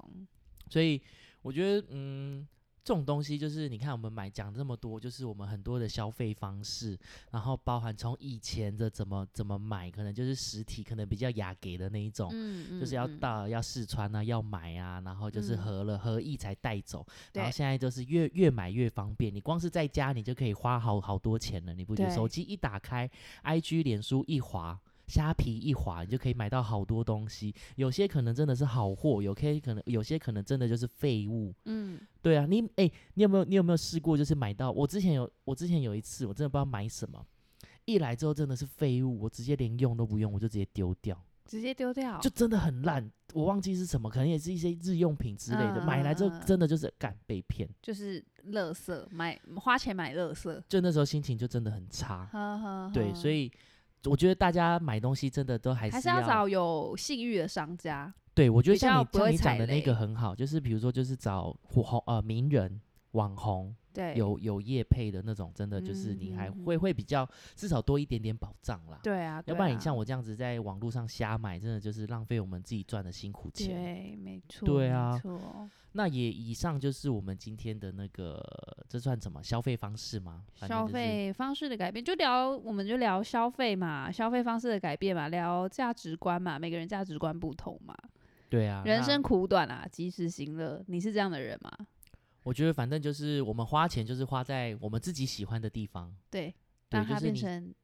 [SPEAKER 1] 所以我觉得，嗯，这种东西就是你看我们买讲这么多，就是我们很多的消费方式，然后包含从以前的怎么怎么买，可能就是实体，可能比较雅给的那一种。
[SPEAKER 2] 嗯
[SPEAKER 1] 哦就是要
[SPEAKER 2] 嗯嗯
[SPEAKER 1] 到、要试穿啊，要买啊，然后就是
[SPEAKER 2] 嗯
[SPEAKER 1] 合了、合意才带走，然后
[SPEAKER 2] 对
[SPEAKER 1] 现在就是越越买越方便，你光是在家你就可以花好好多钱了，你不觉得？
[SPEAKER 2] 对
[SPEAKER 1] 手机一打开，IG、脸书一滑，虾皮一滑，你就可以买到好多东西，有些可能真的是好货，有些可能有些可能真的就是废物。
[SPEAKER 2] 嗯
[SPEAKER 1] 对啊，你哎、你有没有你有没有试过就是买到？我之前有我之前有一次我真的不知道买什么，一来之后真的是废物，我直接连用都不用，我就直接丢掉。
[SPEAKER 2] 直接丢掉，
[SPEAKER 1] 就真的很烂，我忘记是什么，可能也是一些日用品之类的，买来之
[SPEAKER 2] 嗯嗯
[SPEAKER 1] 后
[SPEAKER 2] 嗯
[SPEAKER 1] 真的就是敢被骗，
[SPEAKER 2] 就是乐色，买花钱买乐色，
[SPEAKER 1] 就那时候心情就真的很差，
[SPEAKER 2] 呵呵
[SPEAKER 1] 对，
[SPEAKER 2] 呵
[SPEAKER 1] 所以我觉得大家买东西真的都还是
[SPEAKER 2] 还是要找有信誉的商家。
[SPEAKER 1] 对我觉得
[SPEAKER 2] 比较
[SPEAKER 1] 像
[SPEAKER 2] 不
[SPEAKER 1] 你像
[SPEAKER 2] 会
[SPEAKER 1] 你讲
[SPEAKER 2] 踩
[SPEAKER 1] 的那
[SPEAKER 2] 雷
[SPEAKER 1] 个很好，就是比如说就是找火红呃名人网红
[SPEAKER 2] 对，
[SPEAKER 1] 有有业配的那种，真的就是你还
[SPEAKER 2] 嗯嗯嗯
[SPEAKER 1] 会会比较至少多一点点保障啦，
[SPEAKER 2] 对啊，
[SPEAKER 1] 要不然你像
[SPEAKER 2] 我
[SPEAKER 1] 我这样子在网络上瞎买，真的就是浪费我们自己赚的辛苦钱。
[SPEAKER 2] 对，没错，
[SPEAKER 1] 对
[SPEAKER 2] 没
[SPEAKER 1] 啊
[SPEAKER 2] 错
[SPEAKER 1] 那也以上就是我们今天的那个，这算什么消费方式吗？反正
[SPEAKER 2] 消
[SPEAKER 1] 就是
[SPEAKER 2] 费方式的改变，就聊我们就聊消费嘛，消费方式的改变嘛，聊价值观嘛，每个人价值观不同嘛，
[SPEAKER 1] 对啊，
[SPEAKER 2] 人
[SPEAKER 1] 那
[SPEAKER 2] 生苦短啊，及时行乐，你是这样的人吗？
[SPEAKER 1] 我觉得反正就是我们花钱就是花在我们自己喜欢的地方，
[SPEAKER 2] 对，
[SPEAKER 1] 对，
[SPEAKER 2] 让
[SPEAKER 1] 就
[SPEAKER 2] 它
[SPEAKER 1] 是
[SPEAKER 2] 变
[SPEAKER 1] 你
[SPEAKER 2] 成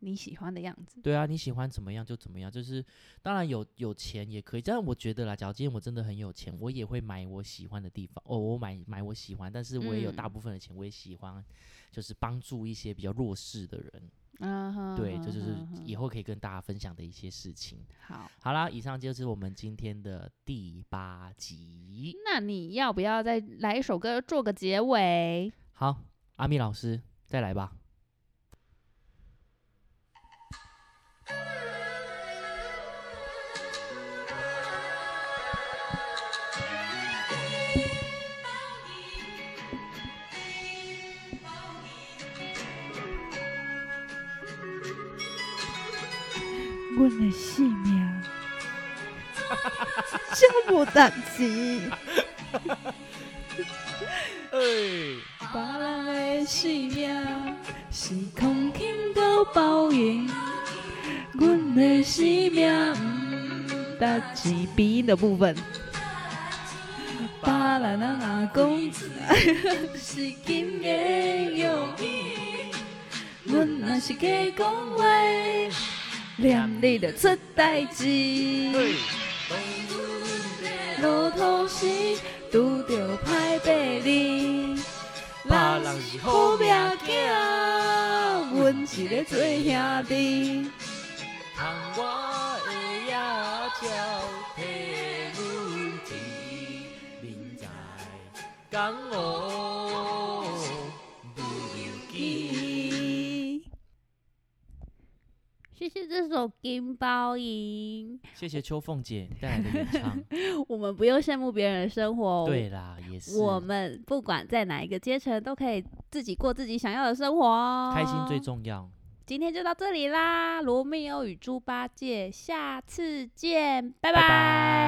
[SPEAKER 4] 你喜欢的样子。
[SPEAKER 1] 对啊，你喜欢怎么样就怎么样，就是当然有有钱也可以，但我觉得啦，假如今天我真的很有钱，我也会买我喜欢的地方，哦，我买买我喜欢，但是我也有大
[SPEAKER 4] 嗯
[SPEAKER 1] 部分的钱，我也喜欢，就是帮助一些比较弱势的人，
[SPEAKER 4] 嗯哼，
[SPEAKER 1] 对，这就
[SPEAKER 4] 哼
[SPEAKER 1] 是
[SPEAKER 4] 哼哼
[SPEAKER 1] 以后可以跟大家分享的一些事情。
[SPEAKER 4] 好。
[SPEAKER 1] 好啦，以上就是我们今天的第八集。
[SPEAKER 4] 那你要不要再来一首歌做个结尾？
[SPEAKER 1] 好，阿米老师再来吧。
[SPEAKER 4] 我的性命，消不打击，
[SPEAKER 1] 哎、
[SPEAKER 4] 别人的性命是空轻到报应，阮的性命打击鼻音的部分。别人的阿公是金的用意，阮若是假讲话，念你就出代志。路途时拄着歹白字，人是好命囝，阮是咧做兄弟。
[SPEAKER 2] 哦谢谢这首《金包银
[SPEAKER 1] 谢谢秋凤姐带来的演
[SPEAKER 2] [LAUGHS]
[SPEAKER 1] 唱。》，
[SPEAKER 2] 我们不用羡慕别人的生活，哦
[SPEAKER 1] 对啦，也是
[SPEAKER 2] 我们不管在哪一个阶层，都可以自己过自己想要的生活哦。
[SPEAKER 1] 开心最重要。
[SPEAKER 2] 今天就到这里啦，《罗密欧与猪八戒》，下次见，拜
[SPEAKER 1] 拜拜